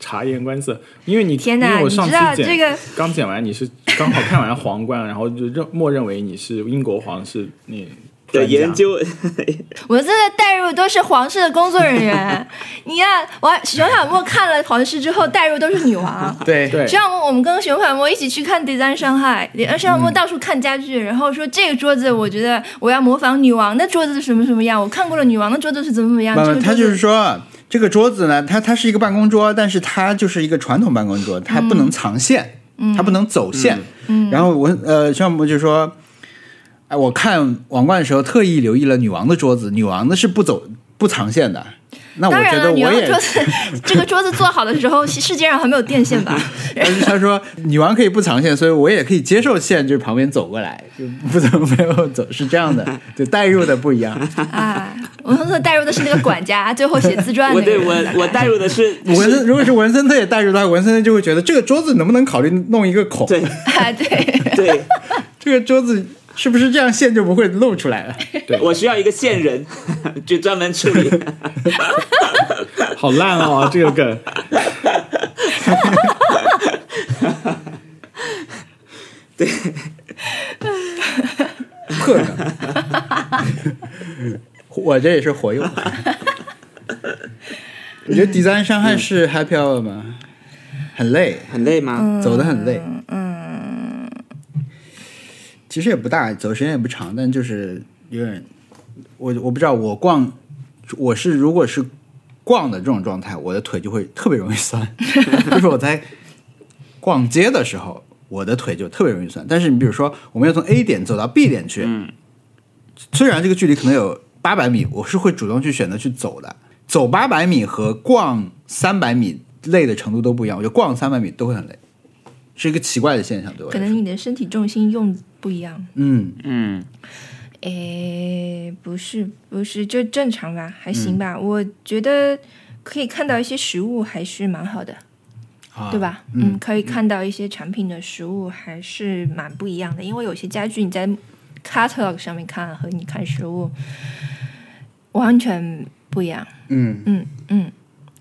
Speaker 1: 察言观色，因为你
Speaker 4: 天
Speaker 1: 因
Speaker 4: 哪
Speaker 1: 为我上
Speaker 4: 你知道
Speaker 1: 次剪
Speaker 4: 这个
Speaker 1: 刚剪完，你是刚好看完皇冠，然后就认默认为你是英国皇室，你
Speaker 3: 的
Speaker 1: 专家
Speaker 3: 研究
Speaker 4: 我真的带入都是皇室的工作人员。 你看，我熊小莫看了皇室之后，带入都是女王。
Speaker 2: 对嗯
Speaker 1: 对
Speaker 4: 熊小莫，我们跟熊小莫一起去看《Design 上海》，熊小莫到处看家具，然后说这个桌子，我觉得我要模仿女王的桌子是什么什么样，我看过了女王的桌子是怎么怎么样。
Speaker 2: 那
Speaker 4: 啊这
Speaker 2: 么
Speaker 4: 个
Speaker 2: 他
Speaker 4: 桌
Speaker 2: 就是
Speaker 4: 子
Speaker 2: 说，这个桌子呢，它它是一个办公桌，但是它就是一个传统办公桌，它不
Speaker 4: 嗯
Speaker 2: 能藏线，它不能走线。然后我呃，项目就说，哎，我看王冠的时候特意留意了女王的桌子，女王的是不走不藏线的。那我
Speaker 4: 当然
Speaker 2: 觉
Speaker 4: 了，
Speaker 2: 得
Speaker 4: 女
Speaker 2: 我
Speaker 4: 王的
Speaker 2: 也
Speaker 4: 桌，子， 这个桌子做好的时候，世界上还没有电线吧？
Speaker 2: 但是 他说女王可以不藏线，所以我也可以接受线，就是旁边走过来，就不怎么没有走，是这样的， 就代入的不一 样。
Speaker 4: 啊，我上次带入的是那个管家，最后写自传
Speaker 3: 我
Speaker 4: 那个
Speaker 3: 对
Speaker 4: 人。
Speaker 3: 我
Speaker 4: 大
Speaker 3: 我带
Speaker 4: 概
Speaker 3: 入的是
Speaker 2: 文森如果是文森特也代入的话，文森特就会觉得这个桌子能不能考虑弄一个孔？
Speaker 3: 对
Speaker 4: 啊，对。
Speaker 3: 对，
Speaker 2: 这个桌子是不是这样线就不会露出来了？
Speaker 3: 我需要一个线 人，就专门处理。
Speaker 1: 好烂哦，这个梗。
Speaker 2: 破梗， 我这也是活用。我觉得 design 伤害是 happy hour 吗？很累，
Speaker 3: 很累吗？
Speaker 2: 走得很累。嗯，其实也不大，走时间也不长，但就是有点，我我不知道，我逛，我是如果是逛的这种状态，我的腿就会特别容易酸， 就是我在逛街的时候，我的腿就特别容易酸。但是你比如说，我们要从 A 点走到 B 点去，
Speaker 1: 嗯
Speaker 2: 虽然这个距离可能有八百米，我是会主动去选择去走的。走八百米和逛三百米累的程度都不一样，我觉得逛三百米都会很累，是一个奇怪的现象对我
Speaker 4: 可
Speaker 2: 来
Speaker 4: 能
Speaker 2: 说。
Speaker 4: 你的身体重心用不一样。
Speaker 2: 嗯，
Speaker 3: 嗯，
Speaker 4: 诶，不是不是，就正常吧，还行吧。我觉得可以看到一些实物还是蛮好的，
Speaker 2: 啊
Speaker 4: 对？吧？嗯，可以看到一些产品的实物还是蛮不一样的，因为有些家具你在 catalog 上面看和你看实物完全不一样。
Speaker 2: 嗯，
Speaker 4: 嗯嗯，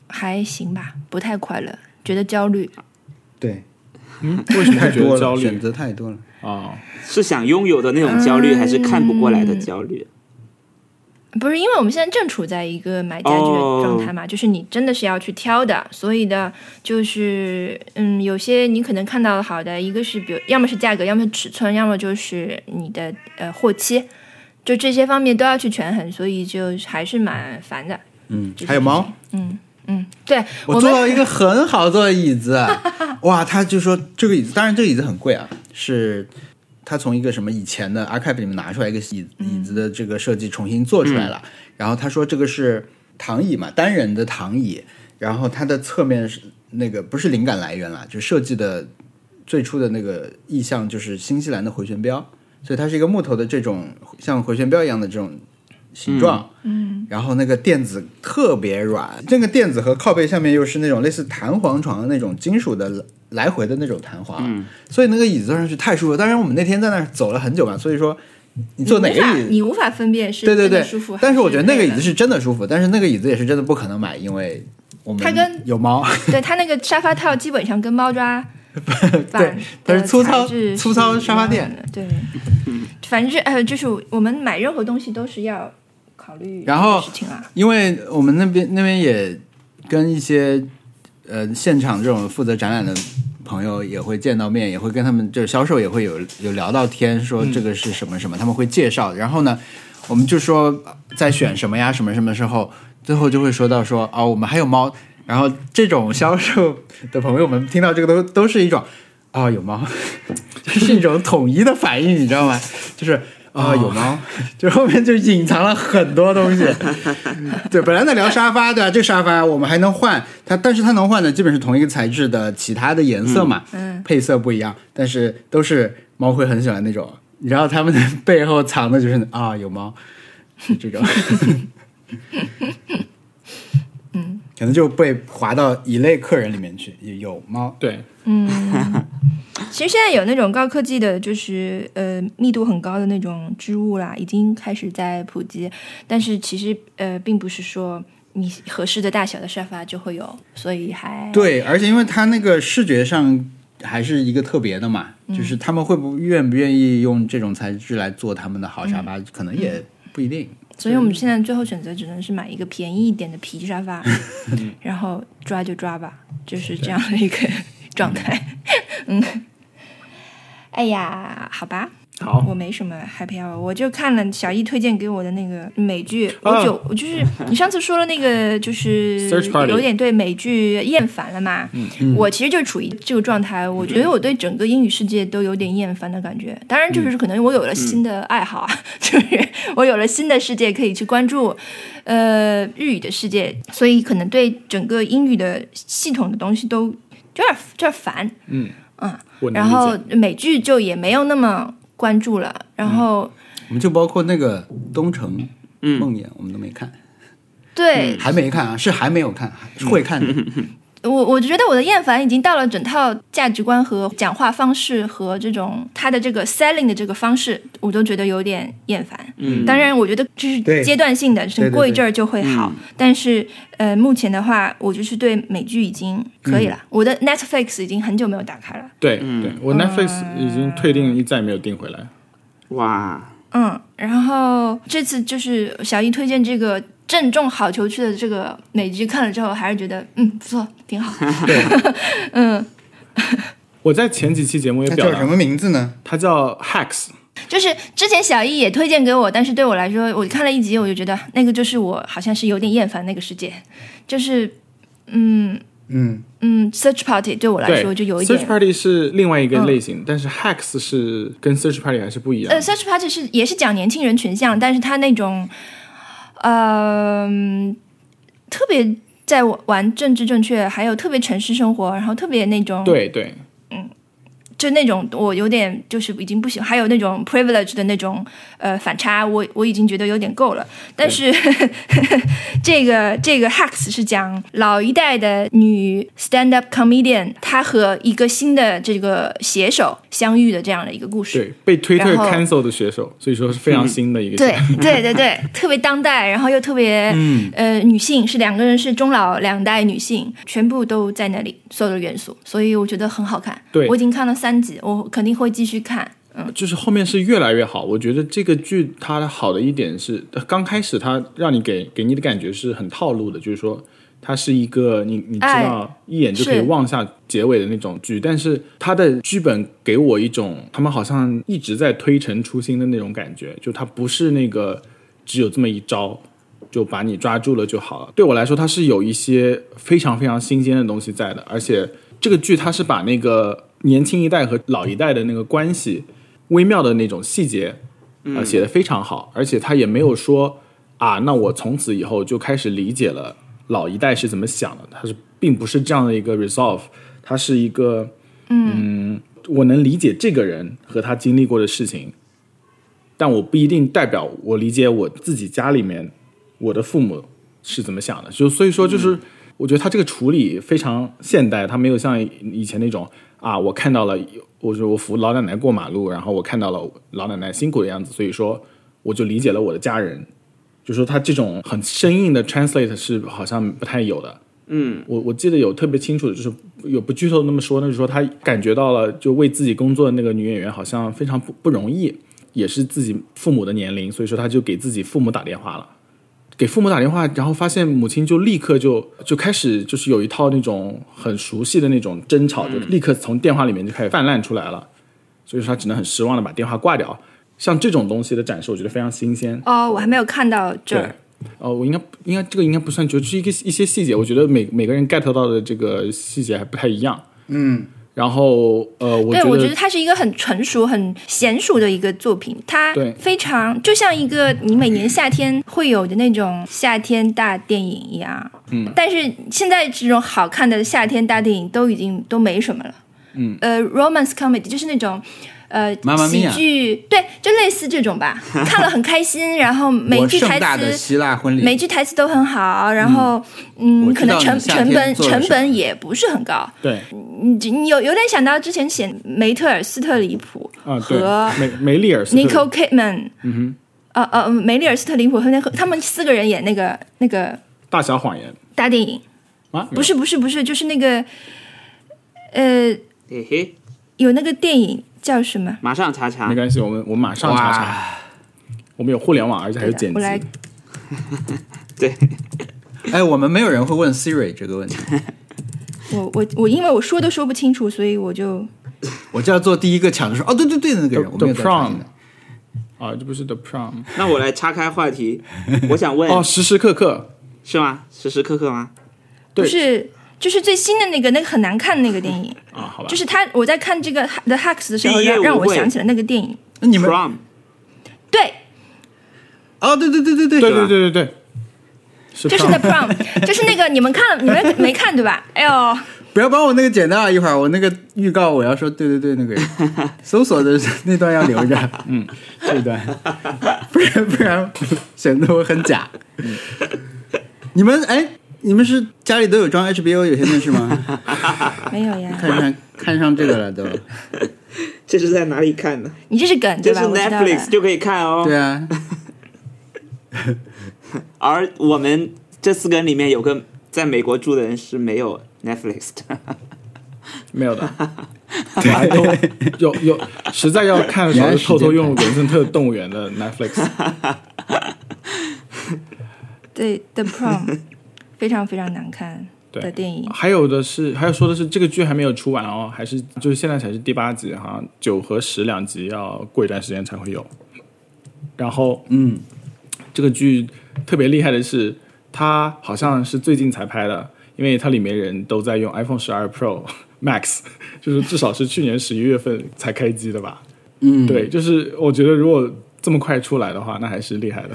Speaker 4: 还行吧，不太快乐，觉得焦虑。
Speaker 2: 对，
Speaker 1: 嗯，为什么
Speaker 2: 太
Speaker 1: 会觉
Speaker 2: 多
Speaker 1: 得
Speaker 2: 了，
Speaker 1: 焦虑
Speaker 2: 选择太多了。
Speaker 1: 啊？
Speaker 3: 是想拥有的那种焦虑，还是看不过来的焦虑？
Speaker 4: 不是，因为我们现在正处在一个买家具
Speaker 2: 哦
Speaker 4: 的状态嘛就是你真的是要去挑的，所以的，就是嗯，有些你可能看到好的，一个是比如要么是价格，要么是尺寸，要么就是你的呃货期，就这些方面都要去权衡，所以就还是蛮烦的。
Speaker 2: 嗯，还有猫，
Speaker 4: 对
Speaker 2: 我坐
Speaker 4: 们
Speaker 2: 到一个很好坐的椅子，哇，他就说这个椅子，当然这个椅子很贵啊，是他从一个什么以前的 archive 里面拿出来一个椅椅子的这个设计重新做出来了。然后他说这个是躺椅嘛，单人的躺椅，然后它的侧面是那个不是灵感来源啦，就设计的最初的那个意象就是新西兰的回旋镖，所以它是一个木头的这种像回旋镖一样的这种形状。嗯，然后那个垫子特别软，那个垫子和靠背下面又是那种类似弹簧床的那种金属的来回的那种弹簧，所以那个椅子坐上去太舒服。当然，我们那天在那儿走了很久嘛，所以说你坐哪
Speaker 4: 无法
Speaker 2: 个椅子？
Speaker 4: 你无法分辨是
Speaker 2: 对对
Speaker 4: 真的
Speaker 2: 对
Speaker 4: 舒服，还
Speaker 2: 但是我觉得那个椅
Speaker 4: 累
Speaker 2: 子
Speaker 4: 了
Speaker 2: 是真的舒服，但是那个椅子也是真的不可能买，因为我们
Speaker 4: 它跟
Speaker 2: 有猫，
Speaker 4: 对它那个沙发套基本上跟猫抓板
Speaker 2: 它是
Speaker 4: 的
Speaker 2: 粗
Speaker 4: 材
Speaker 2: 糙
Speaker 4: 质
Speaker 2: 粗糙
Speaker 4: 是一
Speaker 2: 沙发
Speaker 4: 样
Speaker 2: 垫
Speaker 4: 的，对，反正是呃，就是我们买任何东西都是要考虑
Speaker 2: 然
Speaker 4: 这个
Speaker 2: 后
Speaker 4: 事情啊，
Speaker 2: 因为我们那边那边也跟一些呃现场这种负责展览的朋友也会见到面，也会跟他们就是销售也会有有聊到天，说这个是什么什么，他们会介绍。然后呢，我们就说在选什么呀什么什么的时候，最后就会说到说哦，我们还有猫。然后这种销售的朋友们听到这个都都是一种哦有猫，就是一种统一的反应，你知道吗？就是啊、有猫， 就后面就隐藏了很多东西。 对，本来在聊沙发，对啊吧、这个沙发我们还能换它，但是它能换的基本是同一个材质的其他的颜色嘛，
Speaker 4: 嗯，
Speaker 2: 配色不一样，但是都是猫会很喜欢那种。然后他们的背后藏的就是啊、有猫，就 这种。嗯，可能就被划到一类客人里面去，有有猫。
Speaker 1: 对，
Speaker 4: 其实现在有那种高科技的，就是呃密度很高的那种织物啦，已经开始在普及。但是其实呃，并不是说你合适的大小的沙发就会有，所以还
Speaker 2: 对，而且因为它那个视觉上还是一个特别的嘛，
Speaker 4: 嗯
Speaker 2: 就是他们会不愿不愿意用这种材质来做他们的好沙发，
Speaker 4: 嗯
Speaker 2: 可能也不一定。
Speaker 4: 所以我们现在最后选择只能是买一个便宜一点的皮沙发， 然后抓就抓吧，就是这样的一个状态。嗯，哎呀，好吧，
Speaker 1: 好，
Speaker 4: 我没什么 happy hour，我就看了小易推荐给我的那个美剧，
Speaker 1: 啊
Speaker 4: 我就我就是你上次说了那个就是
Speaker 1: Search party 嗯
Speaker 4: 嗯有点对美剧厌烦了嘛，我其实就处于这个状态，我觉得我对整个英语世界都有点厌烦的感觉。当
Speaker 1: 嗯
Speaker 4: 然，就是可能我有了新的爱好啊， 就是我有了新的世界可以去关注，呃，日语的世界，所以可能对整个英语的系统的东西都有点有点烦，
Speaker 1: 我能
Speaker 4: 然
Speaker 1: 理解
Speaker 4: 后美剧就也没有那么关注了，然后。
Speaker 2: 我们就包括那个东城
Speaker 1: 嗯
Speaker 2: 梦魇，我们都没看，
Speaker 4: 对、
Speaker 2: 还没看啊，是还没有看，还是会看的。
Speaker 1: 嗯
Speaker 4: 我，我觉得我的厌烦已经到了整套价值观和讲话方式和这种他的这个 selling 的这个方式，我都觉得有点厌烦。嗯，当然，我觉得这
Speaker 2: 对
Speaker 4: 是阶段性的，
Speaker 2: 对
Speaker 4: 是过一阵儿就会好。但是，呃，目前的话，我就是对美剧已经可以了。
Speaker 2: 嗯
Speaker 4: 我的 Netflix 已经很久没有打开了。
Speaker 1: 对对，我 Netflix
Speaker 4: 呃
Speaker 1: 已经退订，一再没有订回来。
Speaker 3: 哇，
Speaker 4: 嗯，然后这次就是小易推荐这个正中好球区的这个美剧，看了之后还是觉得嗯不错，挺好。
Speaker 1: 我在前几期节目也
Speaker 2: 那
Speaker 1: 表
Speaker 2: 叫什
Speaker 1: 达，
Speaker 2: 么名字呢？
Speaker 1: 它叫 Hacks，
Speaker 4: 就是之前小易也推荐给我，但是对我来说，我看了一集我就觉得那个就是我好像是有点厌烦那个世界，就是嗯
Speaker 2: 嗯，
Speaker 4: 嗯，search party 对我来
Speaker 1: 对
Speaker 4: 说就有一
Speaker 1: Search
Speaker 4: 点。嗯
Speaker 1: Party 是另外一个类型，但是 Hacks 是跟 Search Party 还是不一样
Speaker 4: 呃
Speaker 1: 的。
Speaker 4: ，search party 是也是讲年轻人群像，但是他那种，嗯、特别在玩政治正确，还有特别城市生活，然后特别那种
Speaker 1: 对对，
Speaker 4: 就那种我有点就是已经不喜欢，还有那种 privilege 的那种呃反差，我我已经觉得有点够了。但是 这个这个 hacks 是讲老一代的女 stand up comedian，她和一个新的这个写手相遇的这样的一个故事。
Speaker 1: 对，被推特
Speaker 4: 然后
Speaker 1: cancel 的选手，所以说是非常新的一个选
Speaker 4: 对
Speaker 1: 手。
Speaker 4: 对对对，特别当代，然后又特别、呃女性，是两个人是中老两代女性，全部都在那里，所有的元素，所以我觉得很好看。
Speaker 1: 对
Speaker 4: 我已经看了三集，我肯定会继续看。
Speaker 1: 就是后面是越来越好。我觉得这个剧它的好的一点是，呃刚开始它让你给给你的感觉是很套路的，就是说它是一个你你
Speaker 4: 哎
Speaker 1: 知道一眼就可以
Speaker 4: 是
Speaker 1: 望下结尾的那种剧，但是它的剧本给我一种他们好像一直在推陈出新的那种感觉，就它不是那个只有这么一招。就把你抓住了就好了。对我来说，它是有一些非常非常新鲜的东西在的，而且这个剧它是把那个年轻一代和老一代的那个关系微妙的那种细节，呃，写的非常好，而且他也没有说啊，那我从此以后就开始理解了老一代是怎么想的，他是并不是这样的一个 resolve，它是一个嗯我能理解这个人和他经历过的事情，但我不一定代表我理解我自己家里面我的父母是怎么想的，就所以说就是。我觉得他这个处理非常现代，他没有像以前那种啊，我看到了，我说我扶老奶奶过马路，然后我看到了老奶奶辛苦的样子，所以说我就理解了我的家人，就说他这种很生硬的 translate 是好像不太有的。嗯，我我记得有特别清楚的，就是有不剧透那么说，那就是说他感觉到了，就为自己工作的那个女演员好像非常不不容易，也是自己父母的年龄，所以说他就给自己父母打电话了。给父母打电话，然后发现母亲就立刻就就开始就是有一套那种很熟悉的那种争吵，就立刻从电话里面就开始泛滥出来了，所以说他只能很失望的把电话挂掉。像这种东西的展示，我觉得非常新鲜。
Speaker 4: 哦，我还没有看到这
Speaker 1: 对
Speaker 4: 儿。，
Speaker 1: 哦，我应该应该这个应该不算，就是一个一些细节，我觉得每每个人 get 到的这个细节还不太一样。
Speaker 2: 嗯，
Speaker 1: 然后呃，我
Speaker 4: 对，
Speaker 1: 觉
Speaker 4: 我觉
Speaker 1: 得
Speaker 4: 得它是一个很成熟、很娴熟的一个作品，它
Speaker 1: 对
Speaker 4: 非常就像一个你每年夏天会有的那种夏天大电影一样。嗯，但是现在这种好看的夏天大电影都已经都没什么了。嗯，呃，romance comedy 就是那种。呃，
Speaker 2: 妈妈咪
Speaker 4: 喜
Speaker 2: 呀
Speaker 4: 剧对，就类似这种 吧，看了很开心，然后每一
Speaker 2: 我
Speaker 4: 句
Speaker 2: 盛
Speaker 4: 台
Speaker 2: 大的
Speaker 4: 词
Speaker 2: 希腊婚礼，
Speaker 4: 每句台词都很好，然后嗯
Speaker 2: 我知
Speaker 4: 可能
Speaker 2: 道
Speaker 4: 成
Speaker 2: 你夏
Speaker 4: 成
Speaker 2: 天
Speaker 4: 本
Speaker 2: 做了
Speaker 4: 成
Speaker 2: 什
Speaker 4: 本也不是很高。
Speaker 1: 对
Speaker 4: 你你有有点想到之前写梅特尔·斯特里普
Speaker 1: 啊，对
Speaker 4: 和，
Speaker 1: 梅梅丽尔斯特
Speaker 4: Nicole Kidman，嗯哼，呃呃，梅丽尔·斯特里普和那个他们四个人演那个那个
Speaker 1: 大小谎言
Speaker 4: 大电影，
Speaker 1: 啊，
Speaker 4: 不是不是不是，就是那个呃
Speaker 3: 嘿嘿，
Speaker 4: 有那个电影叫什么？
Speaker 3: 马上查查
Speaker 1: 没，关系，我们我们马上查查，
Speaker 2: 哇，
Speaker 1: 我们有互联网，而且还有
Speaker 4: 对的
Speaker 1: 剪
Speaker 4: 我来
Speaker 1: 辑。
Speaker 3: 对，
Speaker 2: 哎，我们没有人会问 Siri 这个问题，
Speaker 4: 我我我因为我说都说不清楚，所以我就
Speaker 2: 我就要做第一个抢着说，哦，对对对的那个
Speaker 1: The-
Speaker 2: 人，我没有
Speaker 1: The
Speaker 2: 在场的
Speaker 1: Prom 啊，这不是 The Prom
Speaker 3: 那我来岔开 话题，我想问，
Speaker 1: 哦，时时刻刻
Speaker 3: 是吗？时时刻刻吗？
Speaker 4: 不
Speaker 1: 对
Speaker 4: 是就是最新的那个那个很难看的那个电影，
Speaker 1: 啊，好吧，
Speaker 4: 就是他我在看这个 The Hacks 的时候，
Speaker 3: 毕业
Speaker 4: 让让
Speaker 3: 舞
Speaker 4: 我
Speaker 3: 会
Speaker 4: 想起了那个电影，
Speaker 2: 那你们
Speaker 3: from
Speaker 4: 对。
Speaker 2: 哦，对对对对
Speaker 1: 对
Speaker 2: 对对
Speaker 1: 对对对对，是
Speaker 4: 就是
Speaker 1: Prom
Speaker 4: The Prom，就是那个你们看了，你们没看对吧？哎呦，
Speaker 2: 不要帮我那个剪掉啊！一会儿我那个预告我要说对对对那个人，搜索的那段要留着，嗯，这段， 不然不然显得我很假。你们哎，你们是家里都有装 HBO 有线电视吗？
Speaker 3: 啊
Speaker 4: 没有呀，
Speaker 2: 看上看上这个了都，
Speaker 3: 这是在哪里看的？
Speaker 4: 你这是梗对
Speaker 3: 这是
Speaker 4: 吧？我知道
Speaker 3: Netflix
Speaker 4: 了。
Speaker 3: 就可以看哦。
Speaker 2: 对啊，
Speaker 3: 而我们这四个人里面有个在美国住的人是没有 Netflix 的，
Speaker 1: 没有的，我还都有有，实在要看的时候，就偷偷用文森特动物园的 Netflix。
Speaker 4: 对，The Prom 非常非常难 看
Speaker 1: 对
Speaker 4: 的电影。
Speaker 1: 还有的是，还有说的是，这个剧还没有出完哦，还是就是现在才是第八集，好像九和十两集要过一段时间才会有。然后，嗯，这个剧特别厉害的是，它好像是最近才拍的，因为它里面人都在用 iPhone 十二 Pro Max，就是至少是去年十一月份才开机的吧。嗯，对，就是我觉得如果这么快出来的话，那还是厉害的。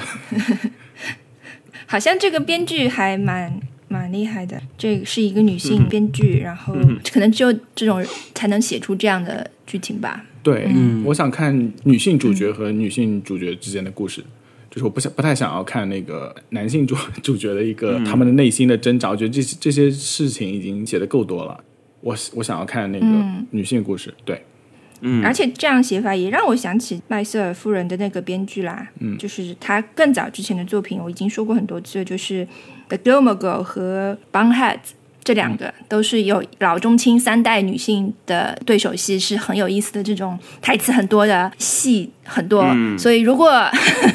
Speaker 4: 好像这个编剧还蛮蛮厉害的，这是一个女
Speaker 3: 嗯
Speaker 4: 性编剧，然后可能只有这种人才能写出这样的剧情吧。
Speaker 1: 对，我想看女性主角和女性主角之间的故事，就是我不想不太想要看那个男性主主角的一个、他们的内心的挣扎，我觉得这这些事情已经写的够多了。我我想要看那个女性故事，对，
Speaker 4: 而且这样写法也让我想起麦瑟尔夫人的那个编剧啦，嗯，就是她更早之前的作品，我已经说过很多次了，就是《The Gilmore Girl》和《Bunhead》这两个、都是有老中青三代女性的对手戏，是很有意思的这种台词很多的戏很多，所以如果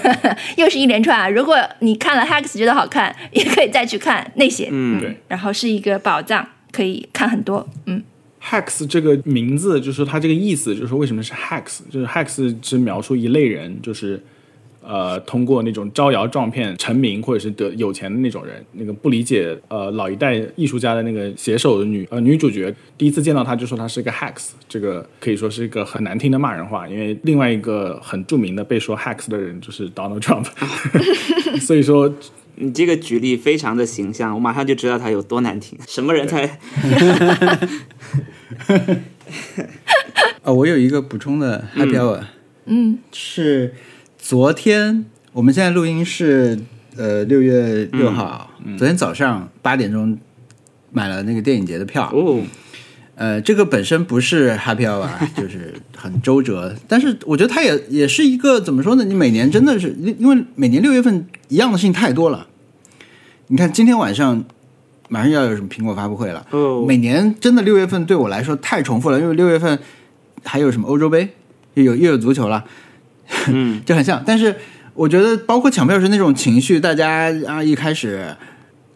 Speaker 4: 又是一连串啊，如果你看了《Hacks》觉得好看，也可以再去看那些，嗯
Speaker 1: 对
Speaker 4: 然后是一个宝藏，可以看很多，嗯。
Speaker 1: Hacks 这个名字，就是它这个意思，就是为什么是 Hacks，就是 Hacks 是描述一类人，就是呃通过那种招摇撞骗成名或者是得有钱的那种人。那个不理解呃老一代艺术家的那个写手的女呃女主角，第一次见到她就说她是一个 Hacks，这个可以说是一个很难听的骂人话，因为另外一个很著名的被说 Hacks 的人就是 Donald Trump，所以说
Speaker 3: 你这个举例非常的形象，我马上就知道它有多难听。什么人才
Speaker 2: 哦，我有一个补充的 Happy Hour，嗯，是昨天我们现在录音是呃六月六号，昨天早上八点钟买了那个电影节的票，
Speaker 3: 哦？
Speaker 2: 呃，这个本身不是 happy hour，就是啊 很周折，但是我觉得它也也是一个怎么说呢？你每年真的是因因为每年六月份一样的事情太多了。你看今天晚上马上要有什么苹果发布会了，
Speaker 3: 哦
Speaker 2: 每年真的六月份对我来说太重复了，因为六月份还有什么欧洲杯，又有又有足球了，
Speaker 3: 嗯，
Speaker 2: 就很像。但是我觉得，包括抢票时那种情绪，大家啊一开始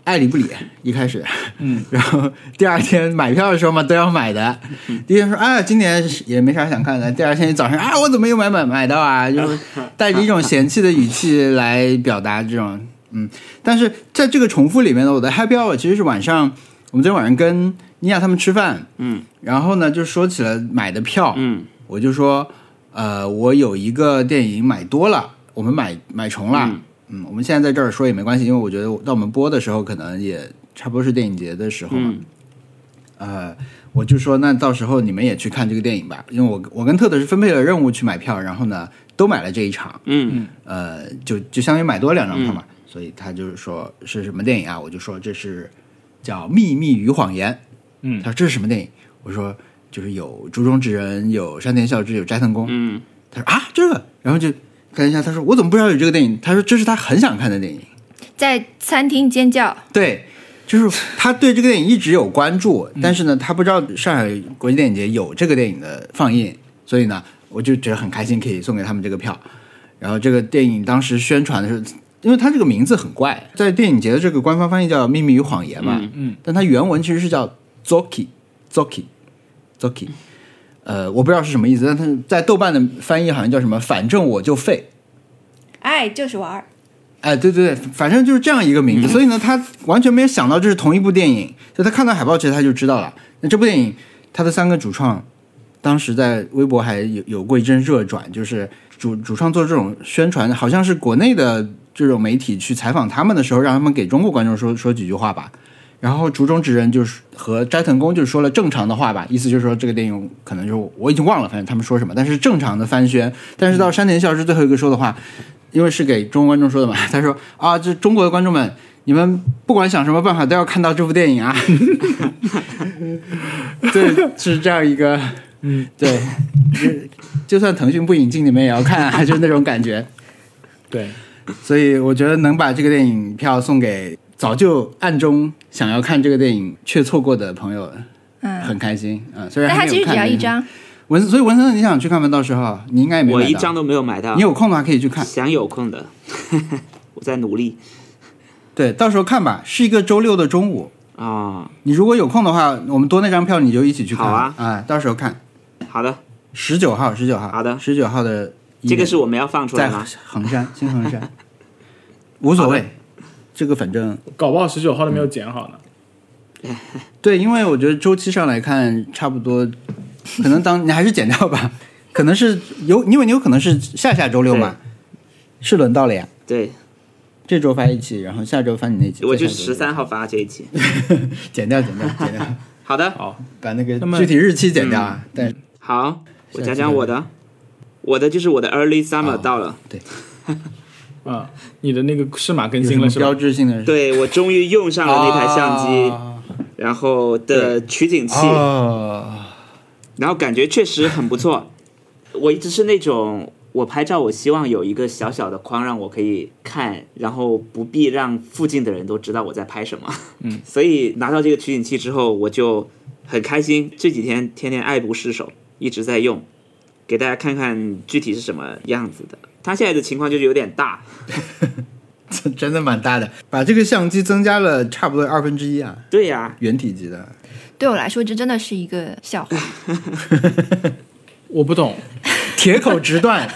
Speaker 2: 爱理不理，一开始，嗯，然后第二天买票的时候嘛都要买的，第一天说啊今年也没啥想看的，第二天一早上啊我怎么又买买买到啊，就是带着一种嫌弃的语气来表达这种嗯，但是在这个重复里面呢，我的 happy hour 其实是晚上，我们昨天晚上跟妮亚他们吃饭，
Speaker 3: 嗯，
Speaker 2: 然后呢就说起了买的票，
Speaker 3: 嗯，
Speaker 2: 我就说，呃，我有一个电影买多了，我们买买重了，嗯我们现在在这儿说也没关系，因为我觉得到我们播的时候，可能也差不多是电影节的时候嘛，
Speaker 3: 嗯
Speaker 2: 呃，我就说那到时候你们也去看这个电影吧，因为我我跟特特是分配了任务去买票，然后呢都买了这一场，
Speaker 3: 嗯
Speaker 2: 呃，就就相当于买多两张票嘛，所以他就是说是什么电影啊？我就说这是叫《秘密与谎言》。
Speaker 1: 嗯
Speaker 2: 他说这是什么电影？我说就是有《竹中直人》，有山田孝之，有斋藤工。
Speaker 3: 嗯
Speaker 2: 他说啊，这个，然后就看一下，他说我怎么不知道有这个电影？他说这是他很想看的电影。
Speaker 4: 在餐厅尖叫，
Speaker 2: 对，就是他对这个电影一直有关注，但是呢，他不知道上海国际电影节有这个电影的放映，所以呢，我就觉得很开心，可以送给他们这个票。然后这个电影当时宣传的时候，因为它这个名字很怪，在电影节的这个官方翻译叫《秘密与谎言》嘛，
Speaker 3: 嗯
Speaker 1: 嗯，
Speaker 2: 但它原文其实是叫 Zoki Zoki Zoki，呃，我不知道是什么意思，但它在豆瓣的翻译好像叫什么“反正我就废”，
Speaker 4: 爱就是玩儿。
Speaker 2: 哎，对对对，反正就是这样一个名字，所以呢，他完全没有想到这是同一部电影，就他看到海报其实他就知道了。那这部电影，它的三个主创，当时在微博还有有过一阵热转，就是主主创做这种宣传，好像是国内的这种媒体去采访他们的时候，让他们给中国观众说说几句话吧。然后竹中直人就是和斋藤工就说了正常的话吧，意思就是说这个电影可能就是我已经忘了，反正他们说什么，但是正常的翻宣。但是到山田孝之最后一个说的话，因为是给中国观众说的嘛， 他说啊，这中国的观众们，你们不管想什么办法都要看到这部电影啊。 对，是这样一个，嗯，对，就就算腾讯不引进，你们也要看啊， 就是那种感觉。
Speaker 1: 对，
Speaker 2: 所以我觉得能把这个电影票送给早就暗中想要看这个电影却错过的朋友，
Speaker 4: 嗯，
Speaker 2: 很开心啊、嗯虽然
Speaker 4: 但
Speaker 2: 还
Speaker 4: 它
Speaker 2: 没
Speaker 4: 其
Speaker 2: 有
Speaker 4: 实只
Speaker 2: 看
Speaker 4: 要一。张，
Speaker 2: 文，所以文森特，你想去看吗？到时候你应该也没买
Speaker 3: 我
Speaker 2: 到
Speaker 3: 一张，都没有买到
Speaker 2: 嗯你，有空的话可以去看。
Speaker 3: 想有空的， 我在努力
Speaker 2: 对，到时候看吧，是一个周六的中午。
Speaker 3: 啊、
Speaker 2: 你如果有空的话，我们多那张票你就一起去看。哎
Speaker 3: 好啊
Speaker 2: 到时候看
Speaker 3: 好的，
Speaker 2: 十九号，十九号，
Speaker 3: 好的
Speaker 2: 十九号的一
Speaker 3: 这
Speaker 2: 点，
Speaker 3: 个是我们要放出来
Speaker 2: 在
Speaker 3: 吗？
Speaker 2: 衡山， 新衡山，无所谓，这个反正
Speaker 1: 搞不好十九号都没有剪好呢。
Speaker 2: 对，因为我觉得周期上来看，差不多，可能当你还是减掉吧， 可能是有，因为你有可能是下下周六嘛，是轮到了呀，
Speaker 3: 对，
Speaker 2: 这周发一期，然后下周发你那期，
Speaker 3: 我就
Speaker 2: 再下周
Speaker 3: 十 三号发这一期。
Speaker 2: 减掉，减掉，减 掉，
Speaker 3: 好的，
Speaker 1: 好，
Speaker 2: 把那个
Speaker 1: 那么
Speaker 2: 具体日期减掉
Speaker 3: 嗯
Speaker 2: 啊，但是
Speaker 3: 好，我
Speaker 2: 下
Speaker 3: 讲
Speaker 2: 期
Speaker 3: 讲
Speaker 2: 再
Speaker 3: 我的，我的就是我的 early summer
Speaker 2: 哦
Speaker 3: 到了，
Speaker 1: 嗯，你的那个适马更
Speaker 2: 有什
Speaker 1: 新了
Speaker 2: 么
Speaker 1: 是吧
Speaker 2: 嗯标？志性的
Speaker 3: 对我终于用上了那台相机，
Speaker 2: 啊
Speaker 3: 然后的取景器，
Speaker 2: 哦，
Speaker 3: 然后感觉确实很不错。 我一直是那种我拍照，我希望有一个小小的框让我可以看，然后不必让附近的人都知道我在拍什么。嗯， 所以拿到这个取景器之后，我就很开心，这几天天天爱不释手，一直在用，给大家看看具体是什么样子的。它现在的情况就是有点大，
Speaker 2: 这 真的蛮大的，把这个相机增加了差不多二分之一啊，
Speaker 3: 对呀、
Speaker 2: 原体级的。
Speaker 4: 对我来说这真的是一个笑话。
Speaker 1: 我不懂，
Speaker 2: 铁口直断，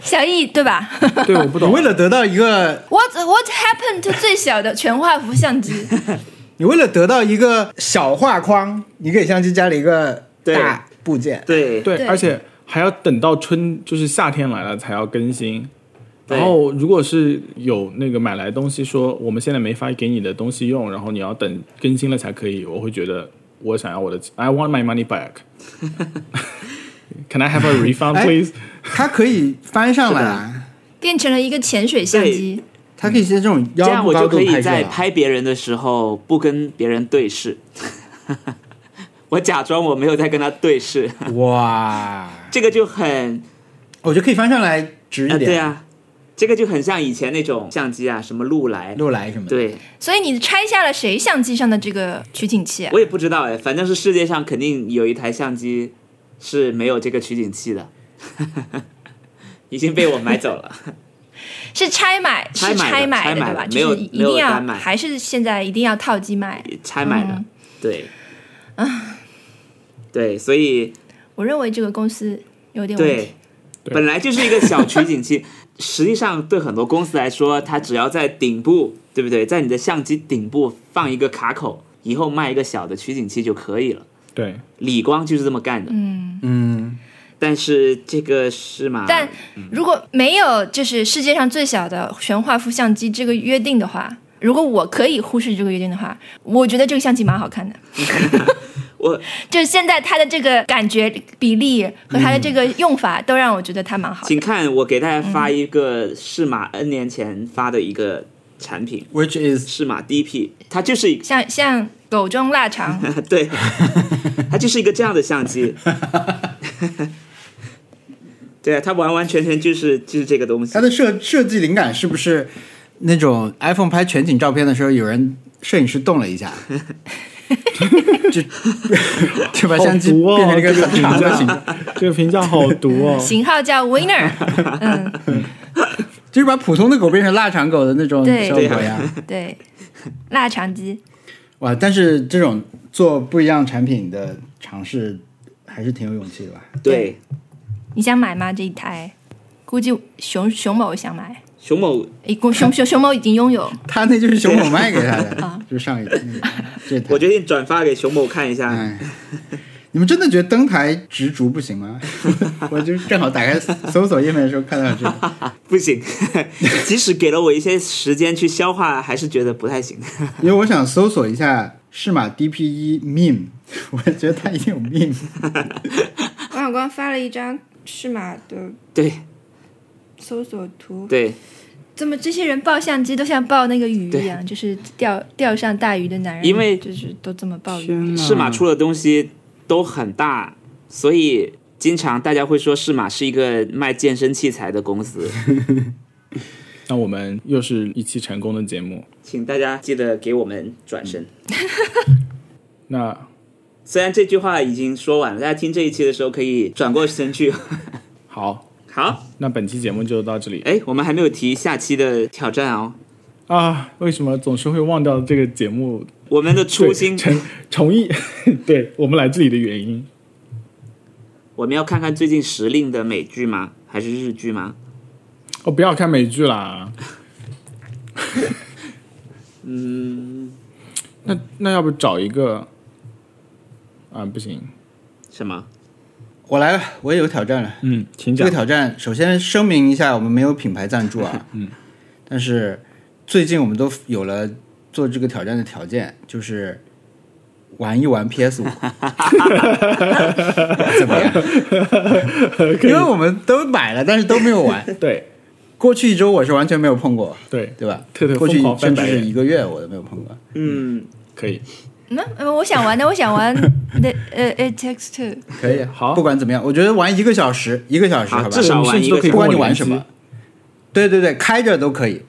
Speaker 4: 小易对吧
Speaker 1: 对， 我不
Speaker 2: 你
Speaker 1: 懂。啊
Speaker 2: 为了得到一个，
Speaker 4: ？What What happened to 最小的全画幅 相机？
Speaker 2: 你为了得到一个小画框，你给相机加了一个
Speaker 3: 对
Speaker 2: 大部件，
Speaker 3: 对
Speaker 1: 对，
Speaker 4: 对
Speaker 1: 而且还要等到春，就是夏天来了才要更新。
Speaker 3: 对
Speaker 1: 然后，如果是有那个买来东西说我们现在没法给你的东西用，然后你要等更新了才可以，我会觉得我想要我的，I want my money back 。Can I have a refund,
Speaker 2: 哎
Speaker 1: please？、
Speaker 2: 它可以翻上来
Speaker 3: 是
Speaker 2: 啊，
Speaker 4: 变成了一个潜水相机，
Speaker 2: 它可以在这种
Speaker 3: 这
Speaker 2: 腰
Speaker 3: 样
Speaker 2: 部
Speaker 3: 我
Speaker 2: 高
Speaker 3: 就
Speaker 2: 度
Speaker 3: 可以
Speaker 2: 拍摄
Speaker 3: 在
Speaker 2: 啊。
Speaker 3: 拍别人的时候不跟别人对视。 我假装我没有在跟他对视，
Speaker 2: 哇，
Speaker 3: 这个就很
Speaker 2: 我觉得可以翻上来直
Speaker 3: 啊、
Speaker 2: 一
Speaker 3: 对
Speaker 2: 点，
Speaker 3: 啊，这个就很像以前那种相机啊，什么禄来，
Speaker 2: 录来什么的，
Speaker 3: 对
Speaker 4: 所以你拆下了谁相机上的这个取景器啊？
Speaker 3: 我也不知道哎，反正是世界上肯定有一台相机是没有这个取景器的， 已经被我买走了。
Speaker 4: 是拆买，
Speaker 3: 拆买
Speaker 4: 是
Speaker 3: 的
Speaker 4: 拆买
Speaker 3: 拆买
Speaker 4: 对吧？
Speaker 3: 的没有
Speaker 4: 就是一
Speaker 3: 没有
Speaker 4: 定要
Speaker 3: 单买
Speaker 4: 还是现在一定要套机卖。
Speaker 3: 拆买的，对，对，所以
Speaker 4: 我认为这个公司有点问题
Speaker 3: 对。，本来就是一个小取景器， 实际上对很多公司来说，它只要在顶部，对不对？在你的相机顶部放一个卡口，以后卖一个小的取景器就可以了。
Speaker 1: 对，
Speaker 3: 理光就是这么干的，
Speaker 4: 嗯，
Speaker 2: 嗯，
Speaker 3: 但是这个是嘛？
Speaker 4: 但如果没有就是世界上最小的全画幅相机这个约定的话，如果我可以忽视这个约定的话，我觉得这个相机蛮好看的。
Speaker 3: 我
Speaker 4: 就是现在它的这个感觉比例和它的这个用法，都让我觉得它蛮好的。
Speaker 3: 请看我给大家发一个适马 N 年前发的一个产品，
Speaker 2: ，which is
Speaker 3: 适马 DP，它就是一个
Speaker 4: 像像狗中 腊肠，
Speaker 3: 对，它就是一个这样的相机。 对啊，它完完全全就是就是这个东西
Speaker 2: 它。的设设计灵感是不是那种 iPhone 拍全景照片的时候，有人摄影师动了一下，就就把
Speaker 1: 好
Speaker 2: 相机
Speaker 1: 毒哦
Speaker 2: 变成一个
Speaker 1: 这个
Speaker 2: 很
Speaker 1: 评
Speaker 2: 长的
Speaker 1: 价
Speaker 2: 形状，
Speaker 1: 这个评价好毒 哦。
Speaker 4: 型号叫 Winner，
Speaker 2: 就是把普通的狗变成腊肠狗的那种
Speaker 4: 对
Speaker 2: 效果呀。
Speaker 4: 对，腊肠机。
Speaker 2: 哇，但是这种做不一样产品的尝试还是挺有勇气的吧？
Speaker 3: 对，
Speaker 2: 哎
Speaker 4: 你想买吗？这一台，估计熊熊某想买，
Speaker 3: 熊某
Speaker 4: 一共熊熊熊某已经拥有。
Speaker 2: 他那就是熊某卖给他的，就是上一那个这台。
Speaker 3: 我决定转发给熊某看一下。
Speaker 2: 哎，你们真的觉得登台直竹不行吗？ 我就正好打开搜索页面的时候看到这个，
Speaker 3: 不行， 即使给了我一些时间去消化，还是觉得不太行。
Speaker 2: 因为我想搜索一下适马 DP 一 meme，我 觉得它一定有 meme。
Speaker 5: 王小光发了一张适马的
Speaker 3: 对
Speaker 5: 搜索图，
Speaker 3: 对，
Speaker 4: 怎么这些人抱相机都像抱那个鱼
Speaker 3: 对
Speaker 4: 一样，就是钓钓上大鱼的男人，
Speaker 3: 因为
Speaker 4: 就是都这么抱鱼。
Speaker 2: 嗯
Speaker 1: 天哪
Speaker 3: 适马出的东西都很大，所以经常大家会说适马是一个卖健身器材的 公司。
Speaker 1: 那我们又是一期成功的节目，
Speaker 3: 请大家记得给我们转身。
Speaker 1: 那
Speaker 3: 虽然这句话已经说完了，大家听这一期的时候可以转过身去。
Speaker 1: 好，
Speaker 3: 好，
Speaker 1: 那本期节目就到这里
Speaker 3: 哎，我们还没有提下期的挑战哦。
Speaker 1: 啊！为什么总是会忘掉这个节目
Speaker 3: 我们的初心，
Speaker 1: 对重重艺？ 对我们来这里的原因，
Speaker 3: 我们要看看最近时令的美剧吗？还是日剧吗？
Speaker 1: 哦，不要看美剧 啦。嗯，那那要不找一个啊？不行，
Speaker 3: 什么？
Speaker 2: 我来了，我也有挑战了。
Speaker 1: 嗯，请
Speaker 2: 这
Speaker 1: 讲
Speaker 2: 个。挑战，首先声明一下，我们没有品牌赞 助啊。嗯，但是最近我们都有了做这个挑战的条件，就是玩一 玩 PS 五， 怎么样？因为我们都买了，但是都没有玩。
Speaker 1: 对
Speaker 2: 过去一周我是完全没有碰过，
Speaker 1: 对，
Speaker 2: 对吧？
Speaker 1: 特特
Speaker 2: 过去
Speaker 1: 疯狂翻
Speaker 2: 甚至
Speaker 1: 白眼
Speaker 2: 是一个月我都没有碰过。
Speaker 3: 嗯，
Speaker 1: 可以。
Speaker 4: 嗯，呃我想玩的，我 想玩那呃呃 It Takes Two，
Speaker 2: 可以啊，
Speaker 1: 好
Speaker 2: 不管怎么样，我觉得玩一个小时，一个小时，
Speaker 3: 好
Speaker 2: 好吧，
Speaker 3: 啊至少玩一个
Speaker 2: 甚至都
Speaker 3: 小时
Speaker 2: 可以不管你玩什么，对对对，开着都可以，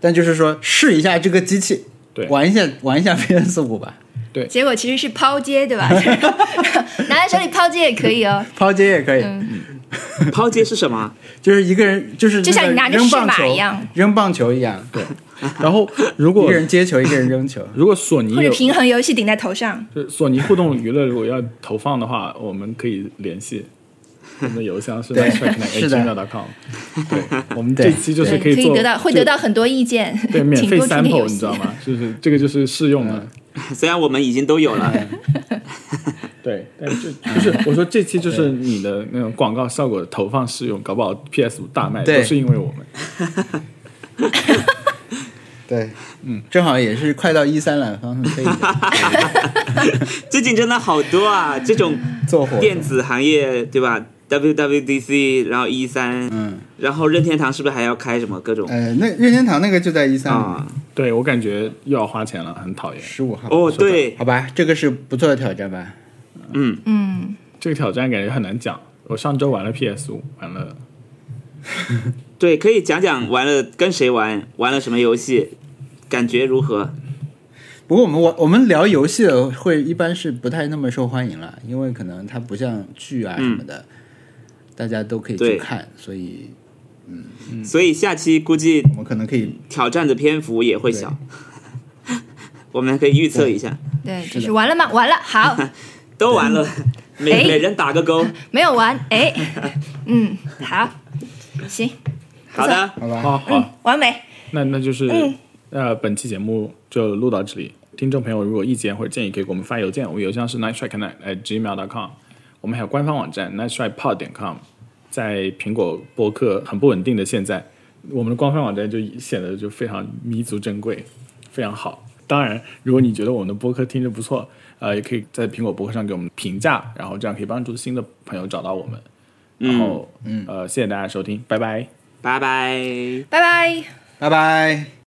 Speaker 2: 但就是说试一下这个机器，
Speaker 1: 对
Speaker 2: 玩一下玩一下 PS 五吧，
Speaker 4: 结果其实是抛 接，对吧？拿在手里抛接也可以哦，
Speaker 2: 抛接也可以，
Speaker 3: 抛接是什么？
Speaker 2: 就是一个人就是
Speaker 4: 就像你拿着
Speaker 2: 扔棒
Speaker 4: 试
Speaker 2: 球
Speaker 4: 马一样，
Speaker 2: 扔棒球一样， 对，
Speaker 1: 然后，如
Speaker 2: 一
Speaker 1: 果，
Speaker 2: 个人接球，一个人扔球
Speaker 1: 如果索尼
Speaker 4: 或者
Speaker 1: 有
Speaker 4: 平衡游戏顶在头上。
Speaker 1: 就是索尼互动娱乐如果要投放的话，我们可以联系。我们的邮箱是 n
Speaker 2: 对
Speaker 1: i c e t r a c k
Speaker 2: 是的
Speaker 1: gmail.com。对，我们
Speaker 2: 对
Speaker 1: 这期就是
Speaker 4: 对，
Speaker 1: 可以
Speaker 4: 可以
Speaker 1: 做
Speaker 4: 得到会得到很多意见，
Speaker 1: 对对 免
Speaker 4: 请
Speaker 1: 费
Speaker 4: 多听点
Speaker 1: sample，
Speaker 4: 游
Speaker 1: 你知
Speaker 4: 戏
Speaker 1: 道。吗？就是这个就是试用的，
Speaker 3: 虽然我们已经都有了，
Speaker 2: 哎
Speaker 1: 对。但就就是我说 这期就是你的那种广告效果投放试用，搞不好 PS 五大卖
Speaker 2: 对
Speaker 1: 都是因为我们。
Speaker 2: 对，嗯，正好也是快到一三了，方可以
Speaker 3: 最近真的好多啊，这种
Speaker 2: 做火，
Speaker 3: 电子行业对吧？WWDC，然后一三，
Speaker 2: 嗯，
Speaker 3: 然后任天堂是不是还要开什么各种
Speaker 2: 呃，那任天堂那个就在一三
Speaker 3: 啊？
Speaker 1: 对我感觉又要花钱了，很讨厌。
Speaker 2: 十五号，
Speaker 3: 哦，对，
Speaker 2: 好吧，这个是不错的挑战吧。
Speaker 1: 嗯嗯，这个挑战感觉很难讲。我上周玩了 PS 五，玩了
Speaker 3: 对，可以讲讲玩了跟谁玩，玩了什么游戏，感觉如何？
Speaker 2: 不过我们我我们聊游戏的会一般是不太那么受欢迎了，因为可能它不像剧啊什么的，大家都可以去
Speaker 3: 对
Speaker 2: 看，所以
Speaker 3: 所以下期估计
Speaker 2: 我们可能可以
Speaker 3: 挑战的篇幅也会小， 我们可以预测一下。
Speaker 4: 对，
Speaker 2: 的
Speaker 4: 就是完了吗？完了， 好，
Speaker 3: 都完了，每
Speaker 4: 哎
Speaker 3: 每人打个勾。
Speaker 4: 没有完，哎，嗯，好，行，
Speaker 3: 好的，
Speaker 2: 好吧。
Speaker 1: 好好，
Speaker 4: 完美，
Speaker 1: 那那就是、呃，本期节目就录到这里。听众朋友，如果意见或者建议，可以给我们发邮件，我们邮箱是 night track night at gmail com。我们还有官方网站 night track pod 点 com，在苹果播客很不稳定的现在，我们的官方网站就显得就非常弥足珍贵，非常好。当然，如果你觉得我们的播客听着不错，呃，也可以在苹果播客上给我们评价，然后这样可以帮助新的朋友找到我们。然后，嗯，呃，谢谢大家收听，拜拜。
Speaker 3: 拜拜。
Speaker 4: 拜拜。
Speaker 2: 拜拜。